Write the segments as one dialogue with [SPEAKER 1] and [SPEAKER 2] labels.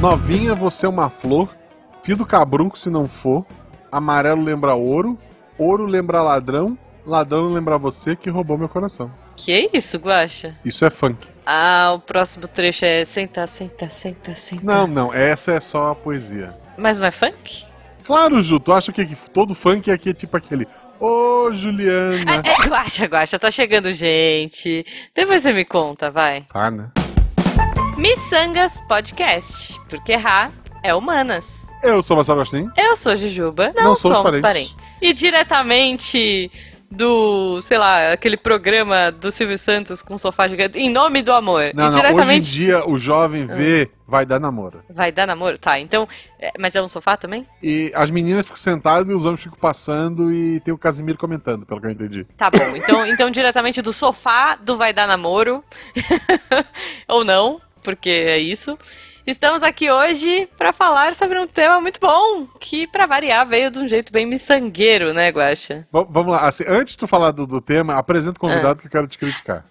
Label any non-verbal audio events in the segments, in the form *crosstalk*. [SPEAKER 1] Novinha, você é uma flor. Fio do cabrunco, se não for. Amarelo lembra ouro. Ouro lembra ladrão. Ladrão lembra você que roubou meu coração.
[SPEAKER 2] Que isso, Guaxa?
[SPEAKER 1] Isso é funk.
[SPEAKER 2] Ah, o próximo trecho é sentar, sentar, sentar, sentar.
[SPEAKER 1] Não, não, essa é só a poesia.
[SPEAKER 2] Mas não é funk?
[SPEAKER 1] Claro, Ju, tu acha que todo funk é aqui, tipo aquele. Ô, Juliana.
[SPEAKER 2] É, guaxa, guaxa, tá chegando gente. Depois você me conta, vai.
[SPEAKER 1] Tá, né?
[SPEAKER 2] Missangas Podcast, porque Rá é humanas.
[SPEAKER 1] Eu sou Marcelo Agostinho.
[SPEAKER 2] Eu sou Jujuba, não,
[SPEAKER 1] Não
[SPEAKER 2] somos,
[SPEAKER 1] somos
[SPEAKER 2] parentes.
[SPEAKER 1] parentes.
[SPEAKER 2] E diretamente do, sei lá, aquele programa do Silvio Santos com um sofá gigante, em nome do amor.
[SPEAKER 1] Não, não,
[SPEAKER 2] e
[SPEAKER 1] hoje em
[SPEAKER 2] diretamente... É.
[SPEAKER 1] dia o jovem vê, vai dar namoro.
[SPEAKER 2] Vai dar namoro? Tá, então... é, mas é um sofá também?
[SPEAKER 1] E as meninas ficam sentadas e os homens ficam passando e tem o Casimiro comentando, pelo que eu entendi.
[SPEAKER 2] Tá bom, então, então diretamente do sofá do Vai Dar Namoro, *laughs* ou não, porque é isso. Estamos aqui hoje pra falar sobre um tema muito bom, que pra variar veio de um jeito bem miçangueiro, né, Guaxa?
[SPEAKER 1] Va- vamos lá, assim, antes de tu falar do, do tema, apresenta o
[SPEAKER 2] É.
[SPEAKER 1] convidado que eu quero te criticar.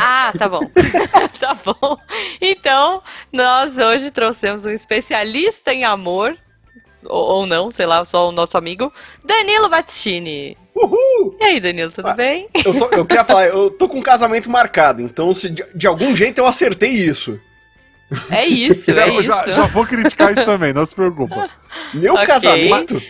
[SPEAKER 2] Ah, tá bom. *laughs* tá bom. Então, nós hoje trouxemos um especialista em amor, ou, ou não, sei lá, só o nosso amigo, Danilo Battistini.
[SPEAKER 3] Uhul!
[SPEAKER 2] E aí, Danilo, tudo
[SPEAKER 3] Ah.
[SPEAKER 2] bem?
[SPEAKER 3] Eu, tô- eu queria falar, eu tô com um casamento marcado, então se de, de algum jeito eu acertei isso.
[SPEAKER 2] É isso, é
[SPEAKER 1] Eu
[SPEAKER 2] isso.
[SPEAKER 1] já, já vou criticar isso também, não se preocupa.
[SPEAKER 3] Meu
[SPEAKER 2] Ok.
[SPEAKER 3] casamento?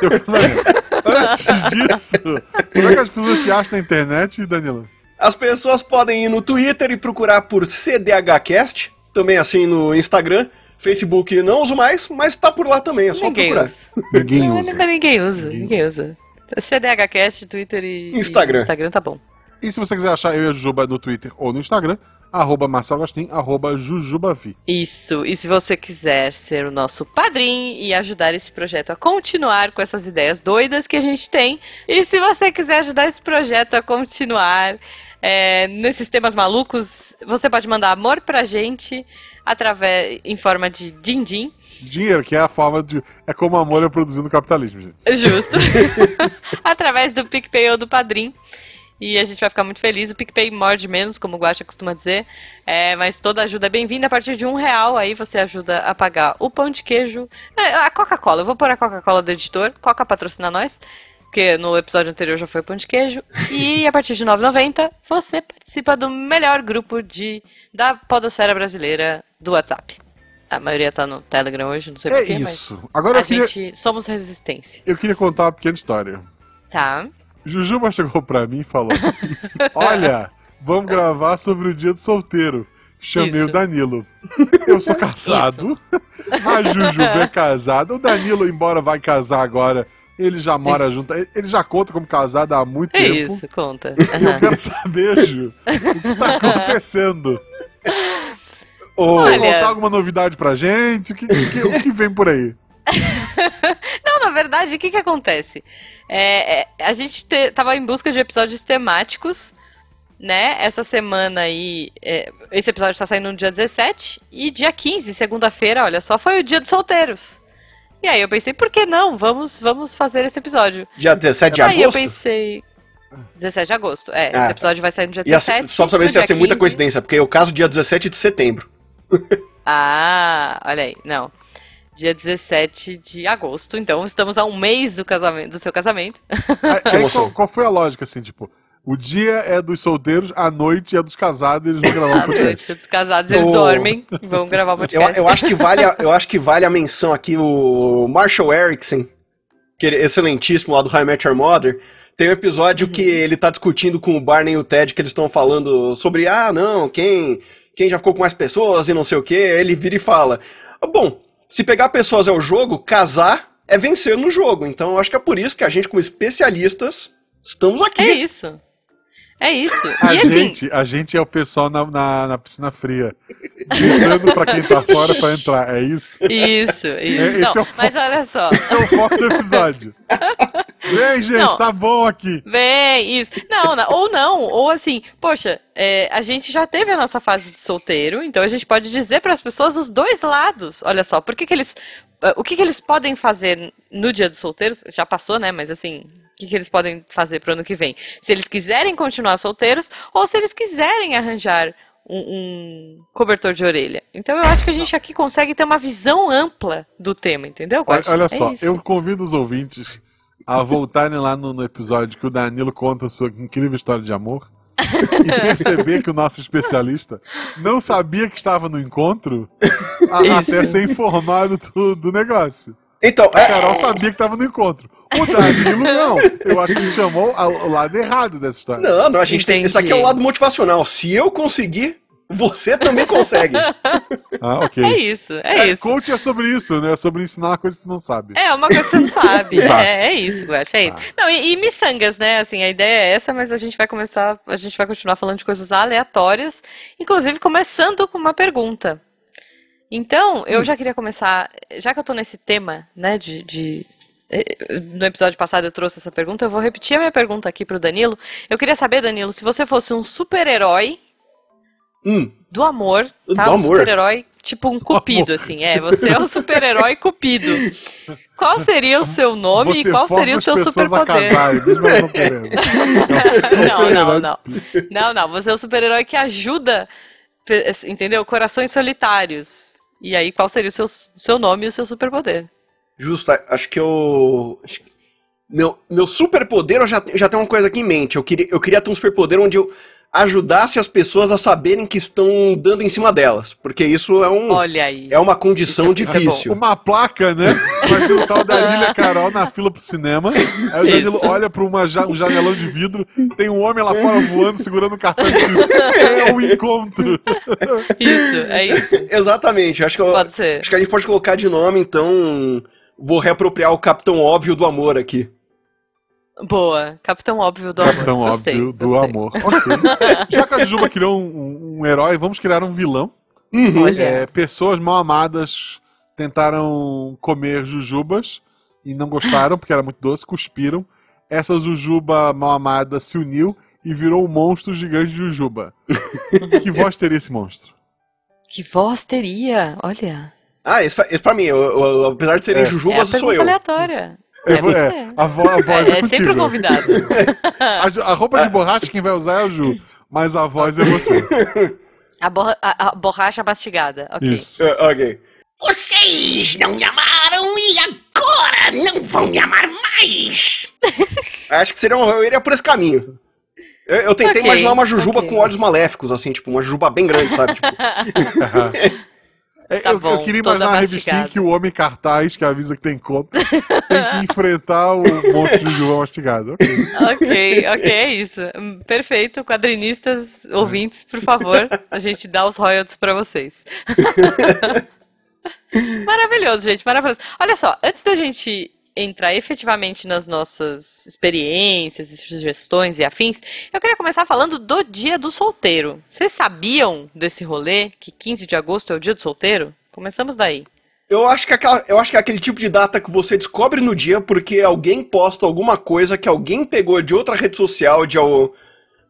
[SPEAKER 1] Teu
[SPEAKER 2] *laughs*
[SPEAKER 1] casamento. Antes disso, como é que as pessoas te acham na internet, Danilo?
[SPEAKER 3] As pessoas podem ir no Twitter e procurar por CDHcast, também assim no Instagram, Facebook não uso mais, mas tá por lá também, é só
[SPEAKER 2] Ninguém
[SPEAKER 3] procurar.
[SPEAKER 2] usa.
[SPEAKER 1] Ninguém
[SPEAKER 2] Não, mas ninguém usa,
[SPEAKER 1] Ninguém
[SPEAKER 2] ninguém usa. CDHcast, Twitter e
[SPEAKER 3] Instagram.
[SPEAKER 2] e Instagram tá bom.
[SPEAKER 1] E se você quiser achar eu e a Jujuba no Twitter ou no Instagram, arroba Marcelo Agostinho, arroba Jujubavi.
[SPEAKER 2] Isso. E se você quiser ser o nosso padrinho e ajudar esse projeto a continuar com essas ideias doidas que a gente tem, e se você quiser ajudar esse projeto a continuar é, nesses temas malucos, você pode mandar amor pra gente através em forma de din-din.
[SPEAKER 1] Dinheiro, que é a forma de. É como a Moura produzindo capitalismo, gente.
[SPEAKER 2] Justo. *laughs* Através do PicPay ou do Padrim. E a gente vai ficar muito feliz. O PicPay morde menos, como o Guaxa costuma dizer. É, mas toda ajuda é bem-vinda. A partir de um real, aí você ajuda a pagar o pão de queijo. É, A Coca-Cola. Eu vou pôr a Coca-Cola do editor. Coca patrocina nós. Porque no episódio anterior já foi o pão de queijo. E a partir de R$ 9,90 você participa do melhor grupo de, da podosfera brasileira do WhatsApp. A maioria tá no Telegram hoje, não sei
[SPEAKER 1] É
[SPEAKER 2] porquê, mas
[SPEAKER 1] isso. Agora
[SPEAKER 2] a
[SPEAKER 1] eu queria,
[SPEAKER 2] gente somos resistência.
[SPEAKER 1] eu queria contar uma pequena história.
[SPEAKER 2] Tá.
[SPEAKER 1] Jujuba chegou pra mim e falou: *laughs* Olha, vamos gravar sobre o dia do solteiro. Chamei
[SPEAKER 2] Isso.
[SPEAKER 1] o Danilo. Eu sou casado, *laughs* a Jujuba é casada. O Danilo, embora vai casar agora, ele já mora junto. ele- Ele já conta como casado há muito
[SPEAKER 2] É
[SPEAKER 1] tempo.
[SPEAKER 2] isso, conta. *laughs*
[SPEAKER 1] Eu
[SPEAKER 2] Aham.
[SPEAKER 1] quero saber, Ju, o que tá
[SPEAKER 2] *laughs*
[SPEAKER 1] acontecendo.
[SPEAKER 3] Ô,
[SPEAKER 1] Vai
[SPEAKER 2] Olha-
[SPEAKER 1] contar alguma novidade pra gente? O que, o que- o que vem por aí?
[SPEAKER 2] Não, na verdade, o que que acontece? É, é, a gente te- tava em busca de episódios temáticos, né? Essa semana aí, é, esse episódio tá saindo no dia 17 e dia 15, segunda-feira, olha só, foi o dia dos solteiros. E aí eu pensei, por que não? Vamos, vamos fazer esse episódio.
[SPEAKER 3] dia 17 É de
[SPEAKER 2] Tá aí
[SPEAKER 3] agosto?
[SPEAKER 2] eu pensei... 17 de agosto, é.
[SPEAKER 3] Ah,
[SPEAKER 2] esse
[SPEAKER 3] tá.
[SPEAKER 2] episódio vai sair no dia
[SPEAKER 3] Ia
[SPEAKER 2] 17.
[SPEAKER 3] ser- só pra saber
[SPEAKER 2] no
[SPEAKER 3] se ia
[SPEAKER 2] dia
[SPEAKER 3] ser muita
[SPEAKER 2] 15.
[SPEAKER 3] coincidência, porque eu caso dia 17 de setembro.
[SPEAKER 2] Ah, olha aí, não. Dia 17 de agosto, então estamos a um mês do, casamento, do
[SPEAKER 1] *laughs*
[SPEAKER 2] seu casamento. *laughs*
[SPEAKER 1] Aí- aí
[SPEAKER 3] emoção.
[SPEAKER 1] É, qual, qual foi a lógica, assim, tipo, o dia é dos solteiros, a noite é dos casados, e eles vão gravar um
[SPEAKER 2] À
[SPEAKER 1] podcast.
[SPEAKER 2] noite dos casados, eles
[SPEAKER 3] Oh.
[SPEAKER 2] dormem, vão gravar o
[SPEAKER 3] Eu,
[SPEAKER 2] podcast.
[SPEAKER 3] eu acho que vale a, eu acho que vale a menção aqui o Marshall Erickson, que ele é excelentíssimo lá do High Match Your Mother. Tem um episódio que
[SPEAKER 2] Uhum.
[SPEAKER 3] ele tá discutindo com o Barney e o Ted, que eles estão falando sobre, ah, não, quem, quem já ficou com mais pessoas e não sei o que, ele vira e fala, "Ah, bom, se pegar pessoas é o jogo, casar é vencer no jogo. Então eu acho que é por isso que a gente, como especialistas, estamos aqui.
[SPEAKER 2] É isso. É isso.
[SPEAKER 1] A
[SPEAKER 2] e assim,
[SPEAKER 1] gente, a gente é o pessoal na, na, na piscina fria. Gritando pra quem tá fora pra entrar. É isso.
[SPEAKER 2] isso, isso.
[SPEAKER 1] *laughs* É, esse
[SPEAKER 2] Não,
[SPEAKER 1] é o fo-
[SPEAKER 2] mas olha só.
[SPEAKER 1] Esse é o foco do episódio. Vem, gente,
[SPEAKER 2] Não.
[SPEAKER 1] tá bom aqui.
[SPEAKER 2] Bem, isso. Não, não, ou não, ou assim, poxa, é, a gente já teve a nossa fase de solteiro, então a gente pode dizer para as pessoas os dois lados. Olha só, é, por que que eles, eh, o que que eles podem fazer no dia dos solteiros? Já passou, né? Mas assim, que, que eles podem fazer pro ano que vem. Se eles quiserem continuar solteiros ou se eles quiserem arranjar um, um cobertor de orelha. Então eu acho que a gente aqui consegue ter uma visão ampla do tema, entendeu?
[SPEAKER 1] Olha,
[SPEAKER 2] Guaxa?
[SPEAKER 1] olha
[SPEAKER 2] É
[SPEAKER 1] só,
[SPEAKER 2] isso.
[SPEAKER 1] eu convido os ouvintes a voltarem lá no, no episódio que o Danilo conta a sua incrível história de amor e perceber que o nosso especialista não sabia que estava no encontro a-
[SPEAKER 2] *laughs* Isso.
[SPEAKER 1] até ser informado do, do negócio.
[SPEAKER 3] Então,
[SPEAKER 1] A
[SPEAKER 3] é-
[SPEAKER 1] Carol sabia que estava no encontro. O
[SPEAKER 2] *laughs*
[SPEAKER 1] Danilo não. Eu acho que ele chamou a- o lado errado dessa história.
[SPEAKER 3] Não, não, a gente tem.
[SPEAKER 2] é Entendi.
[SPEAKER 3] Isso aqui é o lado motivacional. Se eu conseguir, você
[SPEAKER 2] *laughs*
[SPEAKER 3] também consegue.
[SPEAKER 1] Ah, ok.
[SPEAKER 2] É isso, é,
[SPEAKER 1] É,
[SPEAKER 2] isso.
[SPEAKER 1] coach é sobre isso, né? É sobre ensinar uma coisa que tu não sabe.
[SPEAKER 2] É uma coisa que você não
[SPEAKER 1] *laughs*
[SPEAKER 2] sabe.
[SPEAKER 1] Exato. Tá.
[SPEAKER 2] é, é isso, Guaxa, é isso. Não, e, e miçangas, né? Assim, a ideia é essa, mas a gente vai começar, a gente vai continuar falando de coisas aleatórias, inclusive começando com uma pergunta. Então,
[SPEAKER 1] Hum.
[SPEAKER 2] eu já queria começar, já que eu tô nesse tema, né, de, de- eh, no episódio passado eu trouxe essa pergunta, eu vou repetir a minha pergunta aqui pro Danilo. Eu queria saber, Danilo, se você fosse um super-herói
[SPEAKER 3] Hum,
[SPEAKER 2] do amor,
[SPEAKER 3] Do
[SPEAKER 2] tá? Um
[SPEAKER 3] amor.
[SPEAKER 2] super-herói, tipo um cupido, assim. É, você é um super-herói cupido. Qual seria o seu nome e qual
[SPEAKER 1] força
[SPEAKER 2] seria o
[SPEAKER 1] as
[SPEAKER 2] seu
[SPEAKER 1] pessoas a
[SPEAKER 2] superpoder?
[SPEAKER 1] casarem, mesmo elas não querendo.
[SPEAKER 2] *laughs* não, não,
[SPEAKER 1] super-herói.
[SPEAKER 2] não. Não, não. Você é o super-herói que ajuda, pe- assim, entendeu? Corações solitários. E aí, qual seria o seu, seu nome e o seu superpoder?
[SPEAKER 3] justo, a- acho que eu. acho que- Meu, meu superpoder, eu já, eu já tenho uma coisa aqui em mente. Eu queria, eu queria ter um superpoder onde eu ajudasse as pessoas a saberem que estão dando em cima delas. Porque isso é, um,
[SPEAKER 2] Olha aí.
[SPEAKER 3] é uma condição
[SPEAKER 2] isso é- isso é
[SPEAKER 3] difícil.
[SPEAKER 1] Uma placa, né? Imagina o tal da Lilia Carol na fila pro cinema. Aí o Danilo
[SPEAKER 2] Isso.
[SPEAKER 1] olha pra uma ja- um janelão de vidro, tem um homem lá fora voando, segurando um cartaz escrito.
[SPEAKER 2] *laughs*
[SPEAKER 1] É o encontro.
[SPEAKER 2] Isso, é isso.
[SPEAKER 3] Exatamente. Acho que, eu-
[SPEAKER 2] Pode ser.
[SPEAKER 3] acho que a gente pode colocar de nome, então. Vou reapropriar o Capitão Óbvio do Amor aqui.
[SPEAKER 2] Boa. Capitão Óbvio do Amor.
[SPEAKER 1] Tão
[SPEAKER 2] Gostei,
[SPEAKER 1] óbvio do
[SPEAKER 2] gostei.
[SPEAKER 1] amor. Ok. Já que a Juba criou um, um- um herói, vamos criar um vilão.
[SPEAKER 3] Uhum.
[SPEAKER 2] Olha.
[SPEAKER 1] É, pessoas mal amadas tentaram comer jujubas e não gostaram, porque era muito doce, cuspiram. Essa jujuba mal amada se uniu e virou o monstro gigante de
[SPEAKER 2] *laughs*
[SPEAKER 1] jujuba. que voz teria esse monstro?
[SPEAKER 2] Que voz teria? Olha.
[SPEAKER 3] Ah, esse, fa- esse pra mim, eu- eu- apesar de serem
[SPEAKER 1] É.
[SPEAKER 3] jujubas,
[SPEAKER 2] é a
[SPEAKER 3] sou
[SPEAKER 2] pergunta
[SPEAKER 3] eu.
[SPEAKER 2] aleatória. É
[SPEAKER 1] vo-
[SPEAKER 2] você.
[SPEAKER 1] a, vo- a voz é,
[SPEAKER 2] É, é sempre
[SPEAKER 1] contigo.
[SPEAKER 2] o convidado.
[SPEAKER 1] A, ju- a roupa de borracha quem vai usar é a Ju, mas a voz é você.
[SPEAKER 2] A, borra- a- a borracha mastigada. Ok.
[SPEAKER 1] Isso.
[SPEAKER 3] Ah, ok.
[SPEAKER 4] Vocês não me amaram e agora não vão me amar mais!
[SPEAKER 3] *laughs* Acho que seria um, eu iria por esse caminho. Eu, eu tentei
[SPEAKER 2] Ok,
[SPEAKER 3] imaginar uma jujuba
[SPEAKER 2] ok.
[SPEAKER 3] com olhos maléficos, assim, tipo, uma jujuba bem grande,
[SPEAKER 2] *laughs*
[SPEAKER 3] sabe? Tipo,
[SPEAKER 1] *laughs* É,
[SPEAKER 2] Tá
[SPEAKER 1] eu, eu
[SPEAKER 2] bom,
[SPEAKER 1] queria
[SPEAKER 2] toda
[SPEAKER 1] imaginar uma revistinha
[SPEAKER 2] mastigada.
[SPEAKER 1] que o homem cartaz que avisa que tem encontro tem que enfrentar o monte de João mastigado. Ok.
[SPEAKER 2] *laughs* ok, ok, é isso. Hum, Perfeito. Quadrinistas, ouvintes, por favor, a gente dá os royalties pra vocês. *laughs* maravilhoso, gente, maravilhoso. Olha só, antes da gente entrar efetivamente nas nossas experiências e sugestões e afins, eu queria começar falando do Dia do Solteiro. Vocês sabiam desse rolê que 15 de agosto é o Dia do Solteiro? Começamos daí.
[SPEAKER 3] eu, acho que é aquela- eu acho que é aquele tipo de data que você descobre no dia porque alguém posta alguma coisa que alguém pegou de outra rede social, de al-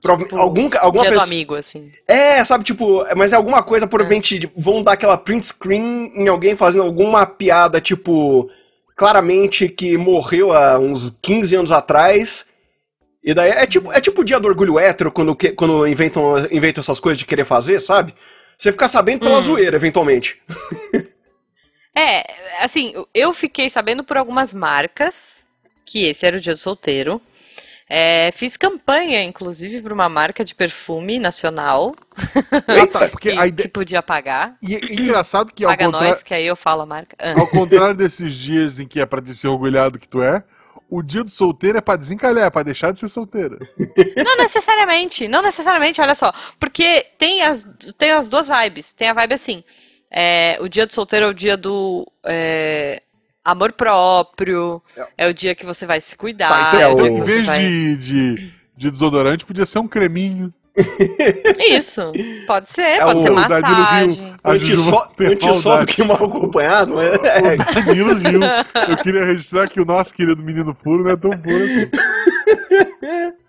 [SPEAKER 3] prova-
[SPEAKER 2] Tipo,
[SPEAKER 3] algum, ca- alguma
[SPEAKER 2] Dia do
[SPEAKER 3] pessoa.
[SPEAKER 2] amigo, assim.
[SPEAKER 3] É, sabe, tipo, é- mas é alguma coisa, provavelmente de- vão dar aquela print screen em alguém fazendo alguma piada, tipo, claramente que morreu há uns 15 anos atrás. E daí é tipo, é tipo o dia do orgulho hétero, quando, que- quando inventam, inventam essas coisas de querer fazer, sabe? Você fica sabendo pela
[SPEAKER 2] Hum.
[SPEAKER 3] zoeira, eventualmente.
[SPEAKER 2] *laughs* É, assim, eu fiquei sabendo por algumas marcas que esse era o dia do solteiro. É, fiz campanha, inclusive, para uma marca de perfume nacional
[SPEAKER 1] Ah, *laughs* tá, porque
[SPEAKER 2] que,
[SPEAKER 1] a
[SPEAKER 2] que
[SPEAKER 1] ideia...
[SPEAKER 2] podia pagar.
[SPEAKER 1] E é engraçado que ao,
[SPEAKER 2] Paga
[SPEAKER 1] contra-
[SPEAKER 2] nós, que aí eu falo a marca. Ah,
[SPEAKER 1] ao contrário desses dias em que é pra te ser orgulhado que tu é, o dia do solteiro é pra desencalhar, é pra deixar de ser solteira.
[SPEAKER 2] Não necessariamente, não necessariamente, olha só. Porque tem as, tem as duas vibes. Tem a vibe assim: é, o dia do solteiro é o dia do é, amor próprio, é o dia que você vai se cuidar.
[SPEAKER 3] então
[SPEAKER 2] é o dia
[SPEAKER 3] é o-
[SPEAKER 2] que
[SPEAKER 1] Tá, Em
[SPEAKER 2] você
[SPEAKER 1] vez
[SPEAKER 2] vai-
[SPEAKER 1] de, de, de desodorante, podia ser um creminho.
[SPEAKER 2] Isso, pode ser,
[SPEAKER 3] É
[SPEAKER 2] pode
[SPEAKER 3] o-
[SPEAKER 2] ser
[SPEAKER 1] o Danilo
[SPEAKER 2] massagem.
[SPEAKER 1] Rio. A
[SPEAKER 3] Antissó,
[SPEAKER 1] Jujuba tem
[SPEAKER 3] antissó do
[SPEAKER 1] maldade.
[SPEAKER 3] que mal acompanhado, mas é,
[SPEAKER 1] O Danilo riu. Eu queria registrar que o nosso querido menino puro não é tão puro assim.